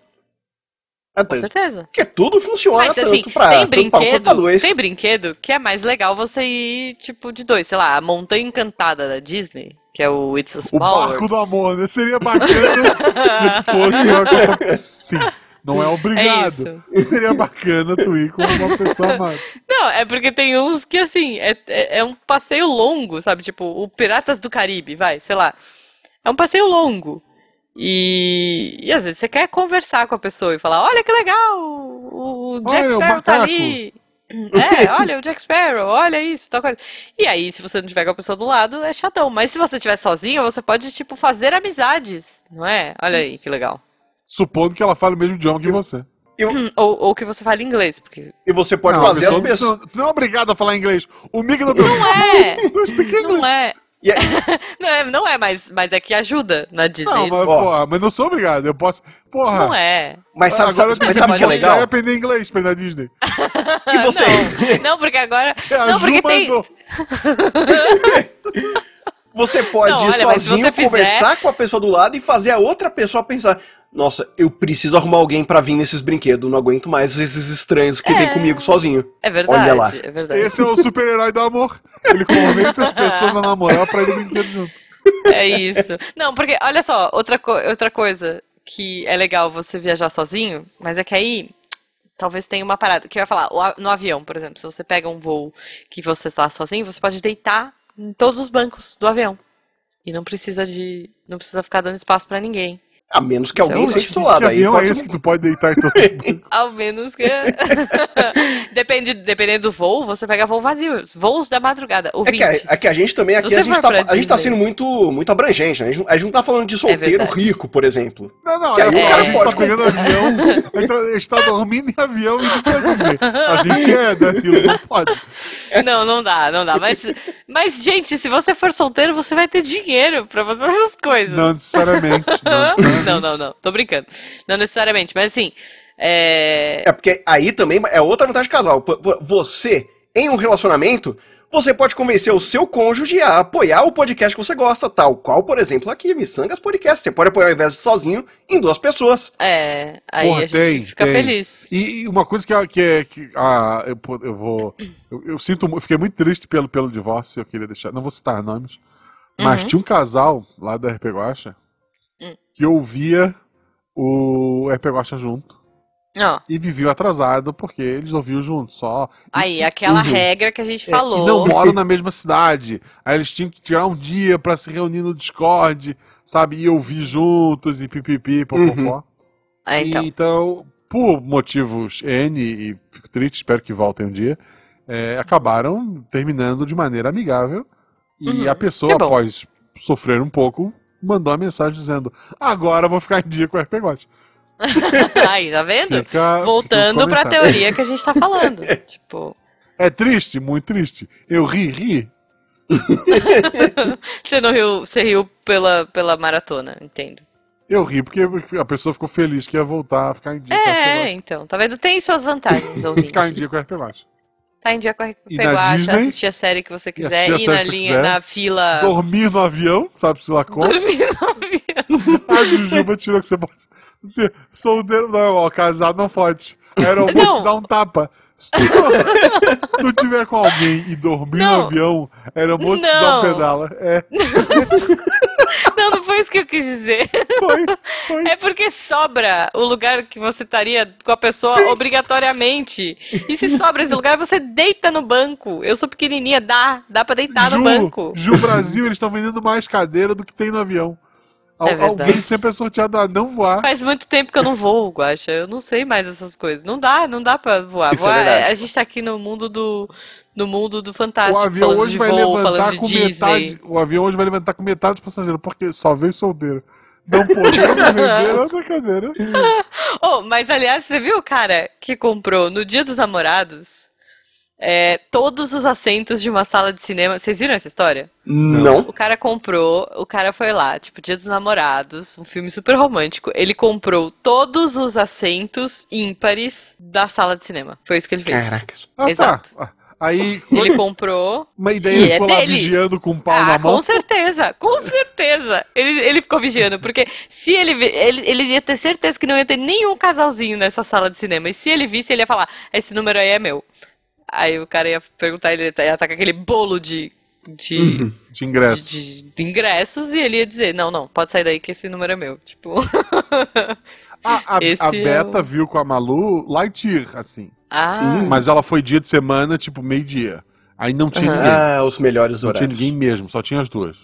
[SPEAKER 3] É,
[SPEAKER 2] Com
[SPEAKER 3] tanto
[SPEAKER 2] certeza.
[SPEAKER 3] Porque tudo funciona
[SPEAKER 2] Mas
[SPEAKER 3] tanto
[SPEAKER 2] assim,
[SPEAKER 3] pra,
[SPEAKER 2] tem
[SPEAKER 3] tanto pra um quanto pra
[SPEAKER 2] brinquedo,
[SPEAKER 3] dois.
[SPEAKER 2] tem brinquedo que é mais legal você ir, tipo, de dois. Sei lá, a Montanha Encantada da Disney, que é o It's a
[SPEAKER 1] O
[SPEAKER 2] Small
[SPEAKER 1] barco
[SPEAKER 2] World.
[SPEAKER 1] do amor, né? Seria bacana se fosse uma coisa. Sim, não é
[SPEAKER 2] É
[SPEAKER 1] obrigado.
[SPEAKER 2] isso.
[SPEAKER 1] Seria bacana tu ir com uma pessoa mais.
[SPEAKER 2] Não, é porque tem uns que, assim, é, é, é um passeio longo, sabe? Tipo, o Piratas do Caribe, vai, sei lá. É um passeio longo. E, e às vezes você quer conversar com a pessoa e falar, olha que legal, o, o Jack
[SPEAKER 1] Olha, o
[SPEAKER 2] Sparrow tá
[SPEAKER 1] macaco."
[SPEAKER 2] ali. É, olha o Jack Sparrow, olha isso, tal coisa. E aí, se você não tiver com a pessoa do lado, é chatão. Mas se você estiver sozinho, você pode, tipo, fazer amizades, não é? Olha aí, que legal.
[SPEAKER 1] Supondo que ela fale o mesmo idioma que você.
[SPEAKER 2] Hum, Ou, ou que você fale inglês, porque...
[SPEAKER 3] E você pode
[SPEAKER 1] Não,
[SPEAKER 3] fazer as
[SPEAKER 1] pessoa-
[SPEAKER 3] pessoas.
[SPEAKER 1] Tu não é obrigado a falar inglês. O Mickey do meu.
[SPEAKER 2] Não é!
[SPEAKER 1] Não speak
[SPEAKER 2] Não é.
[SPEAKER 3] E aí,
[SPEAKER 2] Não é, não é mas, mas é que ajuda na Disney.
[SPEAKER 1] Não, mas,
[SPEAKER 3] Ó.
[SPEAKER 1] porra, mas não sou obrigado. Eu posso. Porra.
[SPEAKER 2] é, Não é.
[SPEAKER 3] mas sabe,
[SPEAKER 1] agora
[SPEAKER 3] sabe-
[SPEAKER 1] eu tenho
[SPEAKER 3] mas sabe o que é
[SPEAKER 1] que começar a
[SPEAKER 3] legal?
[SPEAKER 1] aprender inglês pra ir na Disney.
[SPEAKER 3] E você?
[SPEAKER 2] *laughs* Não, não, porque agora.
[SPEAKER 1] *laughs* É, a
[SPEAKER 2] não,
[SPEAKER 1] Ju
[SPEAKER 2] porque tem.
[SPEAKER 1] mandou.
[SPEAKER 3] Você pode
[SPEAKER 2] Não,
[SPEAKER 3] ir
[SPEAKER 2] olha, mas se
[SPEAKER 3] sozinho,
[SPEAKER 2] você fizer-
[SPEAKER 3] conversar com a pessoa do lado e fazer a outra pessoa pensar: nossa, eu preciso arrumar alguém pra vir nesses brinquedos, não aguento mais esses estranhos que vêm comigo sozinho.
[SPEAKER 2] É verdade.
[SPEAKER 3] Olha lá.
[SPEAKER 2] É verdade.
[SPEAKER 1] Esse é o super-herói do amor. Ele convence as pessoas a namorar pra ir no brinquedo junto.
[SPEAKER 2] É isso. Não, porque, olha só, outra, co- outra coisa que é legal você viajar sozinho, mas é que aí talvez tenha uma parada. Que eu ia falar, o a- no avião, por exemplo, se você pega um voo que você está sozinho, você pode deitar em todos os bancos do avião. E não precisa de. Não precisa ficar dando espaço pra ninguém.
[SPEAKER 3] A menos que
[SPEAKER 2] Isso é
[SPEAKER 3] alguém
[SPEAKER 2] ótimo.
[SPEAKER 3] seja do seu lado.
[SPEAKER 1] Que
[SPEAKER 3] Aí
[SPEAKER 1] avião é
[SPEAKER 3] pode
[SPEAKER 1] esse
[SPEAKER 3] ser- um
[SPEAKER 1] que tu pode deitar em todo
[SPEAKER 3] *laughs*
[SPEAKER 2] Ao menos que. *laughs* Depende, dependendo do voo, você pega voo vazio. Voos da madrugada.
[SPEAKER 3] É que, a,
[SPEAKER 2] ouvintes.
[SPEAKER 3] é que a gente também, aqui
[SPEAKER 2] Você
[SPEAKER 3] a gente,
[SPEAKER 2] vai
[SPEAKER 3] tá,
[SPEAKER 2] pra
[SPEAKER 3] a gente tá
[SPEAKER 2] Disney.
[SPEAKER 3] sendo muito, muito abrangente, né? A gente, não- a gente não tá falando de solteiro
[SPEAKER 2] É verdade.
[SPEAKER 3] rico, por exemplo.
[SPEAKER 1] Não, não,
[SPEAKER 3] Que
[SPEAKER 1] olha
[SPEAKER 3] aí
[SPEAKER 1] só,
[SPEAKER 2] o cara
[SPEAKER 1] a gente
[SPEAKER 3] pode
[SPEAKER 1] tá pegando avião, a gente tá- a gente tá dormindo em avião e indo pra Disney. A gente é daquilo, não pode.
[SPEAKER 2] Não, não dá, não dá. Mas, mas, gente, se você for solteiro, você vai ter dinheiro pra fazer essas coisas.
[SPEAKER 1] Não necessariamente. Não necessariamente.
[SPEAKER 2] *laughs* não, não, não. Tô brincando. Não necessariamente, mas assim. É...
[SPEAKER 3] É porque aí também é outra vantagem de casal. P- p- Você, em um relacionamento, você pode convencer o seu cônjuge a apoiar o podcast que você gosta, tal qual, por exemplo, aqui, Missangas Podcast. Você pode apoiar ao invés de sozinho, em duas pessoas.
[SPEAKER 2] é, aí
[SPEAKER 1] Porra,
[SPEAKER 2] a gente
[SPEAKER 1] tem,
[SPEAKER 2] fica
[SPEAKER 1] tem.
[SPEAKER 2] feliz.
[SPEAKER 1] E e uma coisa que, é- que é. Que, ah, eu, pô- eu vou. Eu, eu sinto. mu- eu Fiquei muito triste pelo, pelo divórcio, eu queria deixar. Não vou citar nomes. Mas
[SPEAKER 2] Uhum.
[SPEAKER 1] tinha um casal lá do RP Guacha
[SPEAKER 2] Hum.
[SPEAKER 1] que ouvia o RP Guacha junto
[SPEAKER 2] Ó,
[SPEAKER 1] e viviam atrasado porque eles ouviam junto só. E-
[SPEAKER 2] aí, aquela
[SPEAKER 1] Uhum.
[SPEAKER 2] regra que a gente
[SPEAKER 1] É,
[SPEAKER 2] falou.
[SPEAKER 1] E não moram na mesma cidade. Aí eles tinham que tirar um dia pra se reunir no Discord, sabe? E ouvir juntos e pipipi, popopó.
[SPEAKER 2] É, então.
[SPEAKER 1] *laughs*
[SPEAKER 2] *laughs*
[SPEAKER 1] E, então, por motivos N, e fico triste, espero que voltem um dia, é, acabaram terminando de maneira amigável. E
[SPEAKER 2] Uhum.
[SPEAKER 1] a pessoa,
[SPEAKER 2] Que bom.
[SPEAKER 1] após sofrer um pouco, mandou uma mensagem dizendo: Agora eu vou ficar em dia com o RP
[SPEAKER 2] *laughs*
[SPEAKER 1] Gotti.
[SPEAKER 2] aí, tá vendo?
[SPEAKER 1] Fica- fica
[SPEAKER 2] Voltando
[SPEAKER 1] o
[SPEAKER 2] pra
[SPEAKER 1] comentário.
[SPEAKER 2] teoria que a gente
[SPEAKER 1] *laughs*
[SPEAKER 2] tá falando. tipo,
[SPEAKER 1] É triste, muito triste. Eu ri, ri.
[SPEAKER 2] você não riu, você riu pela, pela maratona, entendo.
[SPEAKER 1] Eu ri porque a pessoa ficou feliz que ia voltar a ficar em dia com o RP
[SPEAKER 2] É,
[SPEAKER 1] Gotti.
[SPEAKER 2] então. Tá vendo? Tem
[SPEAKER 1] *laughs*
[SPEAKER 2] suas vantagens, ouvinte.
[SPEAKER 1] Ficar em dia com o RP Gotti.
[SPEAKER 2] Tá em dia com a
[SPEAKER 1] E na
[SPEAKER 2] Peguacha,
[SPEAKER 1] Disney?
[SPEAKER 2] assistir a série que você quiser,
[SPEAKER 1] assistir a série
[SPEAKER 2] ir na
[SPEAKER 1] que você
[SPEAKER 2] linha,
[SPEAKER 1] quiser.
[SPEAKER 2] na fila,
[SPEAKER 1] Dormir no avião, sabe-se lá como.
[SPEAKER 2] *laughs* dormir no avião.
[SPEAKER 1] A Jujuba tirou Ah, que você pode. Você, solteiro não, ó, casado não pode. Aeromoço
[SPEAKER 2] Não.
[SPEAKER 1] dá um tapa. Se tu, *laughs* se tu tiver com alguém e dormir no
[SPEAKER 2] Não.
[SPEAKER 1] avião, aeromoço dá um
[SPEAKER 2] Não.
[SPEAKER 1] pedala. É,
[SPEAKER 2] Não, não foi isso que eu quis dizer.
[SPEAKER 1] foi, foi.
[SPEAKER 2] É porque sobra o lugar que você estaria com a pessoa
[SPEAKER 3] Sim.
[SPEAKER 2] obrigatoriamente. E se sobra esse lugar, você deita no banco. Eu sou pequenininha, dá, dá pra deitar
[SPEAKER 1] Ju,
[SPEAKER 2] Tá no banco.
[SPEAKER 1] Ju Brasil, eles estão vendendo mais cadeira do que tem no avião. Al-
[SPEAKER 2] É verdade.
[SPEAKER 1] alguém sempre é sorteado a não voar.
[SPEAKER 2] Faz muito tempo que eu não voo, Guaxa. Eu não sei mais essas coisas. Não dá, não dá pra voar.
[SPEAKER 3] Isso é
[SPEAKER 2] Voar-
[SPEAKER 3] verdade.
[SPEAKER 2] a gente tá aqui no mundo do, no mundo do fantástico.
[SPEAKER 1] O avião
[SPEAKER 2] Ah, falando
[SPEAKER 1] hoje
[SPEAKER 2] de
[SPEAKER 1] vai
[SPEAKER 2] voo, falando
[SPEAKER 1] levantar
[SPEAKER 2] de
[SPEAKER 1] com
[SPEAKER 2] Disney.
[SPEAKER 1] metade. O avião hoje vai levantar com metade dos passageiros, porque só veio solteiro. Não
[SPEAKER 2] *laughs*
[SPEAKER 1] podemos vender outra cadeira.
[SPEAKER 2] Oh, mas aliás, você viu o cara que comprou no Dia dos Namorados é, todos os assentos de uma sala de cinema? Vocês viram essa história?
[SPEAKER 3] Não.
[SPEAKER 2] O cara comprou, o cara foi lá, tipo, Dia dos Namorados, um filme super romântico. Ele comprou todos os assentos ímpares da sala de cinema. Foi isso que ele fez.
[SPEAKER 3] Caraca.
[SPEAKER 1] Ah,
[SPEAKER 2] Exato.
[SPEAKER 1] tá. Aí,
[SPEAKER 2] Ele comprou.
[SPEAKER 1] mas daí
[SPEAKER 2] E
[SPEAKER 1] ele
[SPEAKER 2] é
[SPEAKER 1] ficou lá
[SPEAKER 2] dele.
[SPEAKER 1] vigiando com um pau
[SPEAKER 2] Ah,
[SPEAKER 1] na mão.
[SPEAKER 2] com certeza, com certeza. Ele, ele ficou vigiando, porque se ele, vi- ele ele ia ter certeza que não ia ter nenhum casalzinho nessa sala de cinema. E se ele visse, ele ia falar: esse número aí é meu. Aí o cara ia perguntar, ele ia estar com aquele bolo de,
[SPEAKER 3] Uhum.
[SPEAKER 2] de,
[SPEAKER 1] De ingresso.
[SPEAKER 2] de- de- de ingressos e ele ia dizer: não, não, pode sair daí que esse número é meu. Tipo. *laughs*
[SPEAKER 1] A, a- a
[SPEAKER 2] Esse é
[SPEAKER 1] Beta
[SPEAKER 2] o-
[SPEAKER 1] viu com a Malu Lightyear, assim.
[SPEAKER 2] ah,
[SPEAKER 1] Mas ela foi dia de semana, tipo, meio-dia. Aí não tinha
[SPEAKER 2] Aham.
[SPEAKER 1] ninguém.
[SPEAKER 3] Ah, os melhores
[SPEAKER 1] Não tinha
[SPEAKER 3] horários.
[SPEAKER 1] ninguém mesmo, só tinha as duas.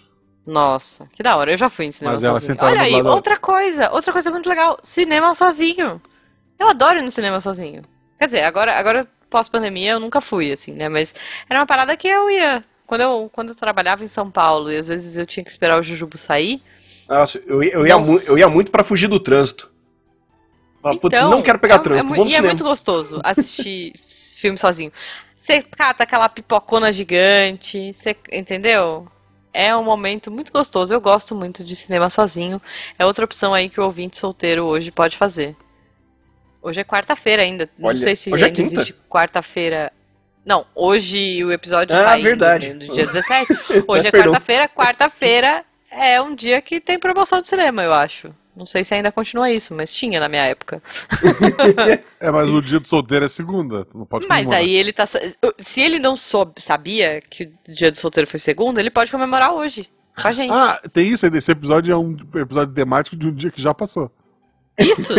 [SPEAKER 2] nossa, que da hora, eu já fui em cinema
[SPEAKER 1] Mas ela
[SPEAKER 2] sozinho.
[SPEAKER 1] sentava
[SPEAKER 2] Olha
[SPEAKER 1] do
[SPEAKER 2] aí,
[SPEAKER 1] lado da-
[SPEAKER 2] outra coisa, outra coisa muito legal: cinema sozinho. Eu adoro ir no cinema sozinho. Quer dizer, agora, agora pós-pandemia eu nunca fui, assim, né? Mas era uma parada que eu ia. Quando eu, quando eu trabalhava em São Paulo e às vezes eu tinha que esperar o Jujubo sair.
[SPEAKER 3] Nossa, eu, eu ia
[SPEAKER 2] Nossa.
[SPEAKER 3] mu- eu ia muito pra fugir do trânsito. Fala, Ah, putz,
[SPEAKER 2] Então,
[SPEAKER 3] não quero pegar
[SPEAKER 2] é um- é
[SPEAKER 3] trânsito,
[SPEAKER 2] mu-
[SPEAKER 3] vamos
[SPEAKER 2] E é
[SPEAKER 3] no cinema.
[SPEAKER 2] muito gostoso assistir *laughs* s- filme sozinho. Você cata aquela pipocona gigante, você entendeu? É um momento muito gostoso. Eu gosto muito de cinema sozinho. É outra opção aí que o ouvinte solteiro hoje pode fazer. Hoje é quarta-feira ainda. Não
[SPEAKER 3] Olha,
[SPEAKER 2] sei se
[SPEAKER 3] hoje é
[SPEAKER 2] ainda
[SPEAKER 3] quinta?
[SPEAKER 2] existe quarta-feira. Não, hoje o episódio
[SPEAKER 3] Ah,
[SPEAKER 2] sai
[SPEAKER 3] verdade. Tá
[SPEAKER 2] no dia
[SPEAKER 3] *laughs*
[SPEAKER 2] 17. Hoje é
[SPEAKER 3] Perdão.
[SPEAKER 2] quarta-feira. Quarta-feira é um dia que tem promoção de cinema, eu acho. Não sei se ainda continua isso, mas tinha na minha época.
[SPEAKER 1] É, mas o dia do solteiro é segunda. tu Não pode
[SPEAKER 2] Mas
[SPEAKER 1] comemorar.
[SPEAKER 2] aí ele tá. sa- Se ele não soube, sabia que o dia do solteiro foi segunda, ele pode comemorar hoje. Com a gente.
[SPEAKER 1] Ah, tem isso ainda. Esse episódio é um episódio temático de um dia que já
[SPEAKER 2] *laughs*
[SPEAKER 1] passou.
[SPEAKER 3] *laughs*
[SPEAKER 2] Isso!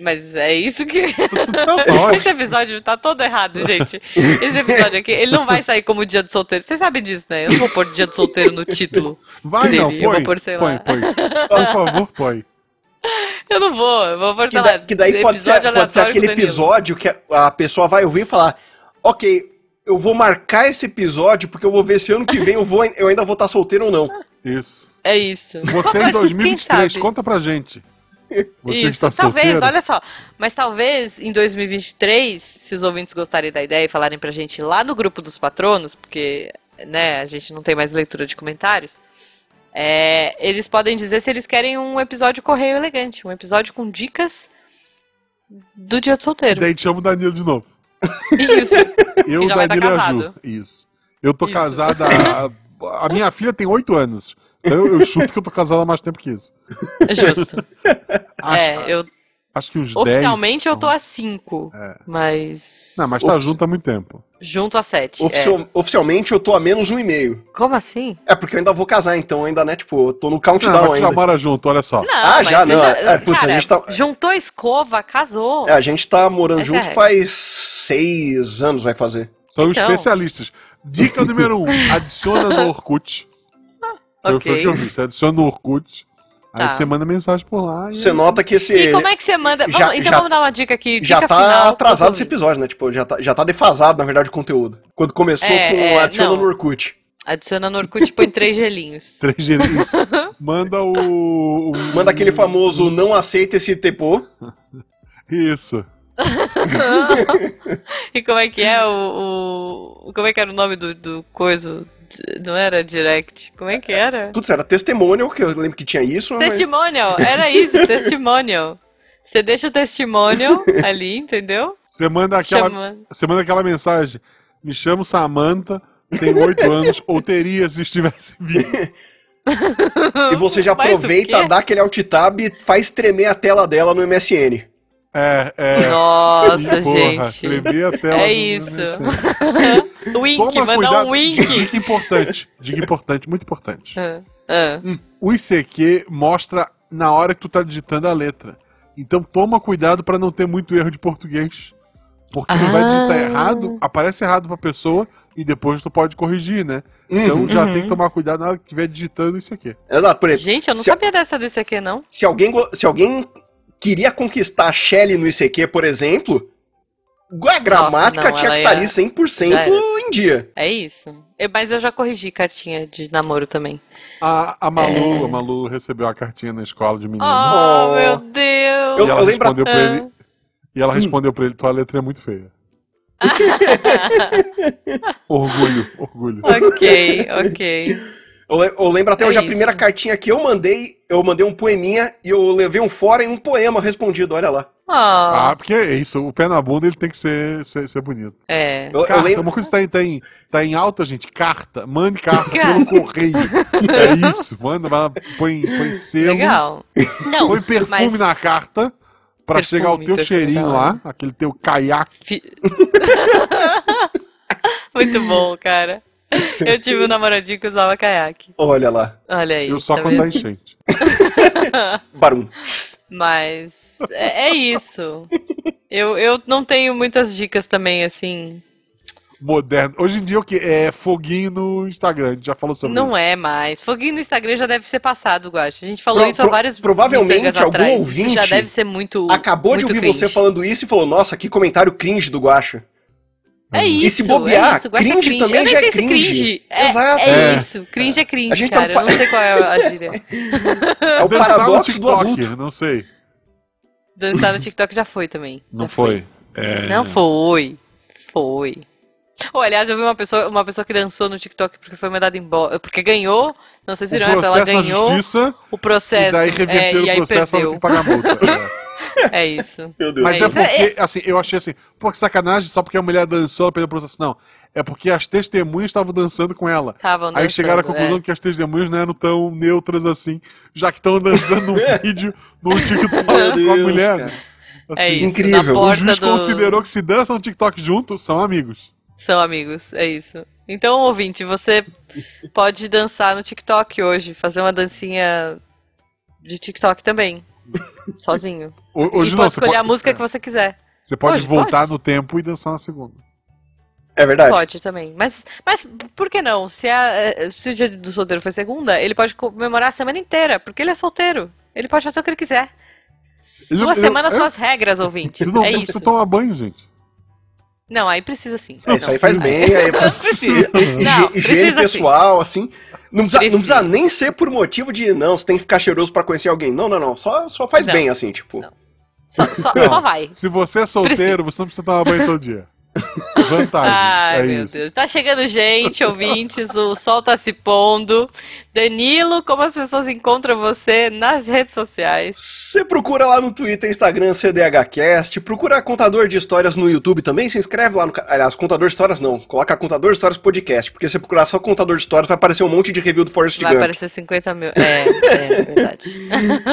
[SPEAKER 2] Mas é isso que.
[SPEAKER 1] Não, tá ótimo.
[SPEAKER 2] *laughs* Esse episódio tá todo errado, gente. Esse episódio aqui, ele não vai sair como dia do solteiro. Vocês sabem disso, né? Eu não vou pôr dia do solteiro no título.
[SPEAKER 1] Vai não,
[SPEAKER 2] Dele, eu
[SPEAKER 1] põe.
[SPEAKER 2] vou pôr, sei
[SPEAKER 1] põe,
[SPEAKER 2] lá.
[SPEAKER 1] põe. Por favor, põe.
[SPEAKER 2] Eu não vou, eu vou pôr,
[SPEAKER 3] Que,
[SPEAKER 2] sei
[SPEAKER 3] da-
[SPEAKER 2] lá,
[SPEAKER 3] que daí pode ser,
[SPEAKER 2] episódio
[SPEAKER 3] pode ser
[SPEAKER 2] aleatório
[SPEAKER 3] aquele
[SPEAKER 2] com o Danilo.
[SPEAKER 3] episódio que a, a pessoa vai ouvir e falar: Ok, eu vou marcar esse episódio porque eu vou ver se ano que vem eu, vou, eu ainda vou estar solteiro ou não.
[SPEAKER 1] Isso.
[SPEAKER 2] É isso.
[SPEAKER 1] Você
[SPEAKER 2] Mas
[SPEAKER 1] em
[SPEAKER 2] quem
[SPEAKER 1] 2023,
[SPEAKER 2] sabe?
[SPEAKER 1] conta pra gente. Você
[SPEAKER 2] Isso,
[SPEAKER 1] está
[SPEAKER 2] talvez,
[SPEAKER 1] solteiro?
[SPEAKER 2] olha só. Mas talvez em 2023, se os ouvintes gostarem da ideia e falarem pra gente lá no grupo dos patronos, porque né, a gente não tem mais leitura de comentários, é, eles podem dizer se eles querem um episódio correio elegante, um episódio com dicas do dia do solteiro.
[SPEAKER 1] Daí te amo Danilo de novo.
[SPEAKER 2] Isso.
[SPEAKER 1] Eu,
[SPEAKER 2] E já vai tá
[SPEAKER 1] Danilo e a
[SPEAKER 2] casado.
[SPEAKER 1] Ju. Isso. Eu tô
[SPEAKER 2] Isso.
[SPEAKER 1] casada. A, a minha filha tem oito anos. Então eu, eu chuto que eu tô casada há mais tempo que isso.
[SPEAKER 2] é Justo.
[SPEAKER 3] *laughs*
[SPEAKER 1] Acho,
[SPEAKER 2] é, eu,
[SPEAKER 1] acho que uns 10.
[SPEAKER 2] oficialmente eu tô a 5,
[SPEAKER 1] É.
[SPEAKER 2] mas.
[SPEAKER 1] Não, mas tá
[SPEAKER 3] Ofici-
[SPEAKER 1] junto há muito tempo.
[SPEAKER 2] junto a 7.
[SPEAKER 3] Oficial- Oficialmente eu tô a menos um e meio.
[SPEAKER 2] Como assim?
[SPEAKER 3] É porque eu ainda vou casar, então ainda, né? Tipo, eu tô no
[SPEAKER 1] Não,
[SPEAKER 3] countdown
[SPEAKER 1] mas já
[SPEAKER 3] ainda.
[SPEAKER 1] mora junto, olha só.
[SPEAKER 2] Não,
[SPEAKER 3] Ah,
[SPEAKER 2] mas
[SPEAKER 3] já,
[SPEAKER 2] você
[SPEAKER 3] não, é, putz, a gente tá-
[SPEAKER 2] Juntou escova, casou.
[SPEAKER 3] É, a gente tá morando
[SPEAKER 2] Essa
[SPEAKER 3] junto
[SPEAKER 2] é.
[SPEAKER 3] faz seis anos, vai fazer.
[SPEAKER 1] São
[SPEAKER 2] Então.
[SPEAKER 1] especialistas. Dica número
[SPEAKER 2] *laughs*
[SPEAKER 1] um: adiciona no Orkut. Foi- Foi o
[SPEAKER 2] ok.
[SPEAKER 1] que eu vi. Você adiciona no Orkut. Aí
[SPEAKER 2] Tá.
[SPEAKER 1] você manda mensagem por lá. e
[SPEAKER 3] Você
[SPEAKER 1] aí-
[SPEAKER 3] nota que esse.
[SPEAKER 2] Hum. E como é que você manda?
[SPEAKER 3] Já-
[SPEAKER 2] Vamos- então
[SPEAKER 3] já-
[SPEAKER 2] vamos dar uma dica aqui. Dica
[SPEAKER 3] Já tá
[SPEAKER 2] final
[SPEAKER 3] atrasado
[SPEAKER 2] pros
[SPEAKER 3] esse
[SPEAKER 2] ouvintes.
[SPEAKER 3] episódio, né? Tipo, já tá, já tá defasado, na verdade, o conteúdo. Quando começou
[SPEAKER 2] É,
[SPEAKER 3] com
[SPEAKER 2] é,
[SPEAKER 3] adiciona
[SPEAKER 2] não.
[SPEAKER 3] no Orkut.
[SPEAKER 2] Adiciona no Orkut e põe três
[SPEAKER 3] *laughs*
[SPEAKER 2] gelinhos.
[SPEAKER 1] Três gelinhos. Manda o. o-
[SPEAKER 3] Manda aquele famoso não aceita esse tepô.
[SPEAKER 1] Isso.
[SPEAKER 2] *laughs* e como é que é o, o- Como é que era o nome do, do coisa? D- Não era direct? Como é que era?
[SPEAKER 3] Tudo certo, era testemunho, que eu lembro que tinha isso. mas-
[SPEAKER 2] Testimonial! Era
[SPEAKER 3] *laughs*
[SPEAKER 2] isso, testimonial. Você deixa o testimonial ali, entendeu?
[SPEAKER 1] Você manda aquela.
[SPEAKER 2] Chama-
[SPEAKER 1] Você manda aquela mensagem. Me chamo Samantha, tenho oito anos, ou teria se estivesse vivo.
[SPEAKER 3] E
[SPEAKER 2] *laughs*
[SPEAKER 3] você já
[SPEAKER 2] Mas o
[SPEAKER 3] aproveita,
[SPEAKER 2] quê?
[SPEAKER 3] dá aquele alt tab e faz tremer a tela dela no MSN.
[SPEAKER 1] É, é.
[SPEAKER 2] Nossa,
[SPEAKER 1] Ih, porra,
[SPEAKER 2] gente.
[SPEAKER 1] tremi a tela
[SPEAKER 2] É
[SPEAKER 1] do-
[SPEAKER 2] isso.
[SPEAKER 1] não sei.
[SPEAKER 2] *laughs* Wink,
[SPEAKER 1] Toma
[SPEAKER 2] mandar
[SPEAKER 1] cuidado.
[SPEAKER 2] um
[SPEAKER 3] *laughs*
[SPEAKER 2] wink.
[SPEAKER 1] Dica importante. Dica importante, muito importante.
[SPEAKER 2] Ah, ah.
[SPEAKER 1] O ICQ mostra na hora que tu tá digitando a letra. Então toma cuidado pra não ter muito erro de português. Porque tu vai digitar
[SPEAKER 2] Ah.
[SPEAKER 1] errado, aparece errado pra pessoa e depois tu pode corrigir, né? Então já tem que tomar cuidado na hora que estiver digitando isso aqui.
[SPEAKER 3] Exato, por exemplo,
[SPEAKER 2] Gente, eu não
[SPEAKER 3] Se-
[SPEAKER 2] sabia dessa do ICQ, não.
[SPEAKER 3] se alguém, go- se alguém queria conquistar a Shelly no ICQ, por exemplo, a gramática
[SPEAKER 2] não,
[SPEAKER 3] tinha que estar
[SPEAKER 2] ela
[SPEAKER 3] ali
[SPEAKER 2] ia-
[SPEAKER 3] 100%
[SPEAKER 2] já era.
[SPEAKER 3] em dia.
[SPEAKER 2] É isso. Eu- mas eu já corrigi cartinha de namoro também.
[SPEAKER 1] A, a Malu,
[SPEAKER 2] É.
[SPEAKER 1] a Malu recebeu a cartinha na escola de menino.
[SPEAKER 2] Oh,
[SPEAKER 3] Oh.
[SPEAKER 2] meu Deus.
[SPEAKER 1] e
[SPEAKER 3] Eu-
[SPEAKER 1] ela
[SPEAKER 3] lembro- Hum.
[SPEAKER 1] respondeu pra
[SPEAKER 2] Ah.
[SPEAKER 1] ele. E ela respondeu pra ele, tua letra é muito feia.
[SPEAKER 2] *laughs*
[SPEAKER 1] Orgulho, orgulho.
[SPEAKER 2] *laughs* ok, ok.
[SPEAKER 3] Eu, le- eu lembro até
[SPEAKER 2] É
[SPEAKER 3] hoje a
[SPEAKER 2] isso.
[SPEAKER 3] primeira cartinha que eu mandei, eu mandei um poeminha e eu levei um fora e um poema respondido, olha lá.
[SPEAKER 2] Oh,
[SPEAKER 1] Ah, porque é isso, o pé na bunda ele tem que ser, ser, ser bonito.
[SPEAKER 2] é.
[SPEAKER 3] Eu, eu
[SPEAKER 1] Carta,
[SPEAKER 3] lembro-
[SPEAKER 1] uma coisa que tá em, tá, em, tá em alta, gente, carta. Mande carta
[SPEAKER 2] Carta.
[SPEAKER 1] pelo correio.
[SPEAKER 2] *laughs*
[SPEAKER 1] É isso, manda, vai lá, põe, põe selo,
[SPEAKER 2] Legal. Não,
[SPEAKER 1] põe perfume
[SPEAKER 2] mas-
[SPEAKER 1] na carta pra
[SPEAKER 2] Perfume,
[SPEAKER 1] chegar o teu
[SPEAKER 2] perfume tá. da
[SPEAKER 1] cheirinho
[SPEAKER 2] hora.
[SPEAKER 1] lá, aquele teu caiaque.
[SPEAKER 2] Fi- *laughs* Muito bom, cara. Eu tive um namoradinho que usava caiaque.
[SPEAKER 3] Olha lá.
[SPEAKER 2] Olha aí.
[SPEAKER 1] Eu só
[SPEAKER 2] tá
[SPEAKER 1] quando tá
[SPEAKER 2] vendo?
[SPEAKER 1] enchente.
[SPEAKER 3] Barum.
[SPEAKER 2] Mas é, é isso. Eu, eu não tenho muitas dicas também, assim.
[SPEAKER 1] Moderno. Hoje em dia o que? É foguinho no Instagram, a gente já falou sobre isso.
[SPEAKER 2] Não é mais. Foguinho no Instagram já deve ser passado, Guacha. A gente falou
[SPEAKER 3] Pro-
[SPEAKER 2] isso há
[SPEAKER 3] pro-
[SPEAKER 2] vários
[SPEAKER 3] provavelmente
[SPEAKER 2] miçangas
[SPEAKER 3] algum
[SPEAKER 2] atrás. Isso
[SPEAKER 3] ouvinte
[SPEAKER 2] já deve ser muito.
[SPEAKER 3] Acabou de
[SPEAKER 2] muito
[SPEAKER 3] ouvir
[SPEAKER 2] cringe.
[SPEAKER 3] você falando isso e falou, nossa, que comentário cringe do Guacha.
[SPEAKER 2] É isso.
[SPEAKER 3] E se Hum. bobear,
[SPEAKER 2] é isso, Guaxa
[SPEAKER 3] cringe também
[SPEAKER 2] Eu nem
[SPEAKER 3] já é
[SPEAKER 2] sei
[SPEAKER 3] cringe.
[SPEAKER 2] se cringe. É,
[SPEAKER 3] Exato.
[SPEAKER 2] é
[SPEAKER 1] É.
[SPEAKER 2] isso. Cringe é
[SPEAKER 3] A
[SPEAKER 2] cringe,
[SPEAKER 3] gente tá
[SPEAKER 2] cara.
[SPEAKER 3] pa-
[SPEAKER 2] Eu não sei qual é
[SPEAKER 3] *laughs*
[SPEAKER 2] a gíria.
[SPEAKER 3] É
[SPEAKER 1] Dançar no
[SPEAKER 3] o paradoxo do
[SPEAKER 1] TikTok,
[SPEAKER 3] adulto.
[SPEAKER 1] Não sei.
[SPEAKER 2] Dançar no TikTok já foi É. também.
[SPEAKER 1] Não
[SPEAKER 2] Já foi.
[SPEAKER 1] foi. É,
[SPEAKER 2] Não foi. Foi. Ou, aliás, eu vi uma pessoa, uma pessoa que dançou no TikTok porque foi mandada embora. Porque ganhou. Não sei se
[SPEAKER 1] O
[SPEAKER 2] viram essa, ela
[SPEAKER 1] processo na
[SPEAKER 2] ganhou
[SPEAKER 1] justiça
[SPEAKER 2] o
[SPEAKER 1] e
[SPEAKER 2] processo.
[SPEAKER 1] daí
[SPEAKER 2] é,
[SPEAKER 1] reverteram
[SPEAKER 2] e
[SPEAKER 1] o
[SPEAKER 2] aí
[SPEAKER 1] processo, ela tem
[SPEAKER 2] perdeu.
[SPEAKER 1] que pagar a multa.
[SPEAKER 2] *laughs*
[SPEAKER 1] É.
[SPEAKER 2] É isso.
[SPEAKER 3] Meu Deus.
[SPEAKER 1] Mas
[SPEAKER 2] É
[SPEAKER 1] é,
[SPEAKER 2] isso, é-
[SPEAKER 1] porque, assim, eu achei assim, pô, que sacanagem, só porque a mulher dançou, ela perdeu o processo. Não, é porque as testemunhas estavam dançando com ela.
[SPEAKER 2] Estavam
[SPEAKER 1] Aí
[SPEAKER 2] dançando,
[SPEAKER 1] chegaram à conclusão
[SPEAKER 2] é.
[SPEAKER 1] que as testemunhas né, não eram tão neutras assim, já que estão dançando
[SPEAKER 3] *laughs*
[SPEAKER 1] um vídeo no TikTok
[SPEAKER 3] Meu
[SPEAKER 1] com a
[SPEAKER 3] Deus,
[SPEAKER 1] mulher. né? Assim,
[SPEAKER 3] cara.
[SPEAKER 2] É isso,
[SPEAKER 3] incrível.
[SPEAKER 2] na
[SPEAKER 1] O
[SPEAKER 2] porta
[SPEAKER 1] juiz
[SPEAKER 2] do-
[SPEAKER 1] considerou que se dançam no TikTok junto, são amigos.
[SPEAKER 2] São amigos, é isso. Então, ouvinte, você pode dançar no TikTok hoje, fazer uma dancinha de TikTok também. Sozinho.
[SPEAKER 1] Ho- Hoje
[SPEAKER 2] e
[SPEAKER 1] não,
[SPEAKER 2] pode
[SPEAKER 1] você
[SPEAKER 2] escolher
[SPEAKER 1] pode, é.
[SPEAKER 2] a música que você quiser.
[SPEAKER 1] você pode
[SPEAKER 2] Hoje
[SPEAKER 1] voltar no tempo e dançar na segunda.
[SPEAKER 3] É verdade.
[SPEAKER 2] Pode também. Mas, mas por que não? Se, a- eh, se o dia do solteiro foi segunda, ele pode comemorar a semana inteira, porque ele é solteiro. Ele pode fazer o que ele quiser.
[SPEAKER 1] Ele
[SPEAKER 2] Sua
[SPEAKER 1] não- ele
[SPEAKER 2] semana,
[SPEAKER 1] não-
[SPEAKER 2] suas regras, ouvinte.
[SPEAKER 1] Você não não
[SPEAKER 2] é isso.
[SPEAKER 1] precisa tomar banho, gente.
[SPEAKER 2] Não, aí precisa sim.
[SPEAKER 3] É, isso aí faz bem, aí
[SPEAKER 2] Não precisa.
[SPEAKER 3] Higie-
[SPEAKER 2] Não,
[SPEAKER 3] higiene
[SPEAKER 2] precisa sim.
[SPEAKER 3] pessoal, assim. Não precisa, não
[SPEAKER 2] Precisa.
[SPEAKER 3] precisa nem ser por motivo de, não, você tem que ficar cheiroso pra conhecer alguém. Não, não, não. Só, só faz
[SPEAKER 2] Não.
[SPEAKER 3] bem, assim, tipo.
[SPEAKER 2] Não.
[SPEAKER 3] *laughs*
[SPEAKER 2] Só, só,
[SPEAKER 1] Não.
[SPEAKER 2] só vai.
[SPEAKER 1] Se você é solteiro, você não precisa tomar banho todo dia.
[SPEAKER 3] Ah,
[SPEAKER 1] Vantagens,
[SPEAKER 2] Ai,
[SPEAKER 1] é
[SPEAKER 2] meu
[SPEAKER 1] isso.
[SPEAKER 2] Deus. Tá chegando gente, ouvintes, o sol tá se pondo. Danilo, como as pessoas encontram você nas redes sociais?
[SPEAKER 3] Você procura lá no Twitter, Instagram, CDHcast, procura Contador de Histórias no YouTube também, se inscreve lá no... ca- Aliás, Contador de Histórias não, coloca Contador de Histórias Podcast, porque se você procurar só Contador de Histórias vai aparecer um monte de review do Forrest
[SPEAKER 2] Vai
[SPEAKER 3] Gump.
[SPEAKER 2] aparecer 50 mil. É, é verdade.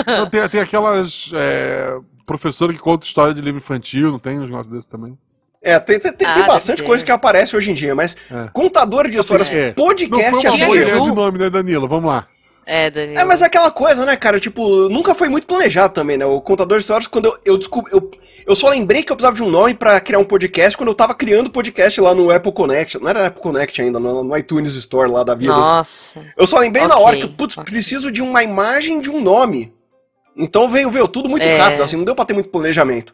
[SPEAKER 1] Não, tem, tem aquelas é, professora que conta história de livro infantil, não tem uns negócios desses também?
[SPEAKER 3] É, tem, tem- tem
[SPEAKER 2] Ah, deve
[SPEAKER 3] bastante
[SPEAKER 2] ter.
[SPEAKER 3] coisa que aparece hoje em dia, mas
[SPEAKER 1] É.
[SPEAKER 3] Contador de Histórias
[SPEAKER 1] é. não
[SPEAKER 3] Podcast
[SPEAKER 1] foi uma boa
[SPEAKER 2] apoio.
[SPEAKER 1] ideia
[SPEAKER 3] apoiou.
[SPEAKER 1] de nome, né, Danilo? Vamos lá.
[SPEAKER 2] É, Danilo.
[SPEAKER 3] É, mas é aquela coisa, né, cara? Tipo, nunca foi muito planejado também, né? O contador de histórias, quando eu, eu descobri. Eu, eu só lembrei que eu precisava de um nome pra criar um podcast quando eu tava criando podcast lá no Apple Connect. Não era Apple Connect ainda, no, no iTunes Store lá da vida.
[SPEAKER 2] Nossa.
[SPEAKER 3] Eu só lembrei na
[SPEAKER 2] Ok,
[SPEAKER 3] hora que, putz,
[SPEAKER 2] ok.
[SPEAKER 3] preciso de uma imagem de um nome. Então veio, veio tudo muito
[SPEAKER 2] É.
[SPEAKER 3] rápido, assim, não deu pra ter muito planejamento.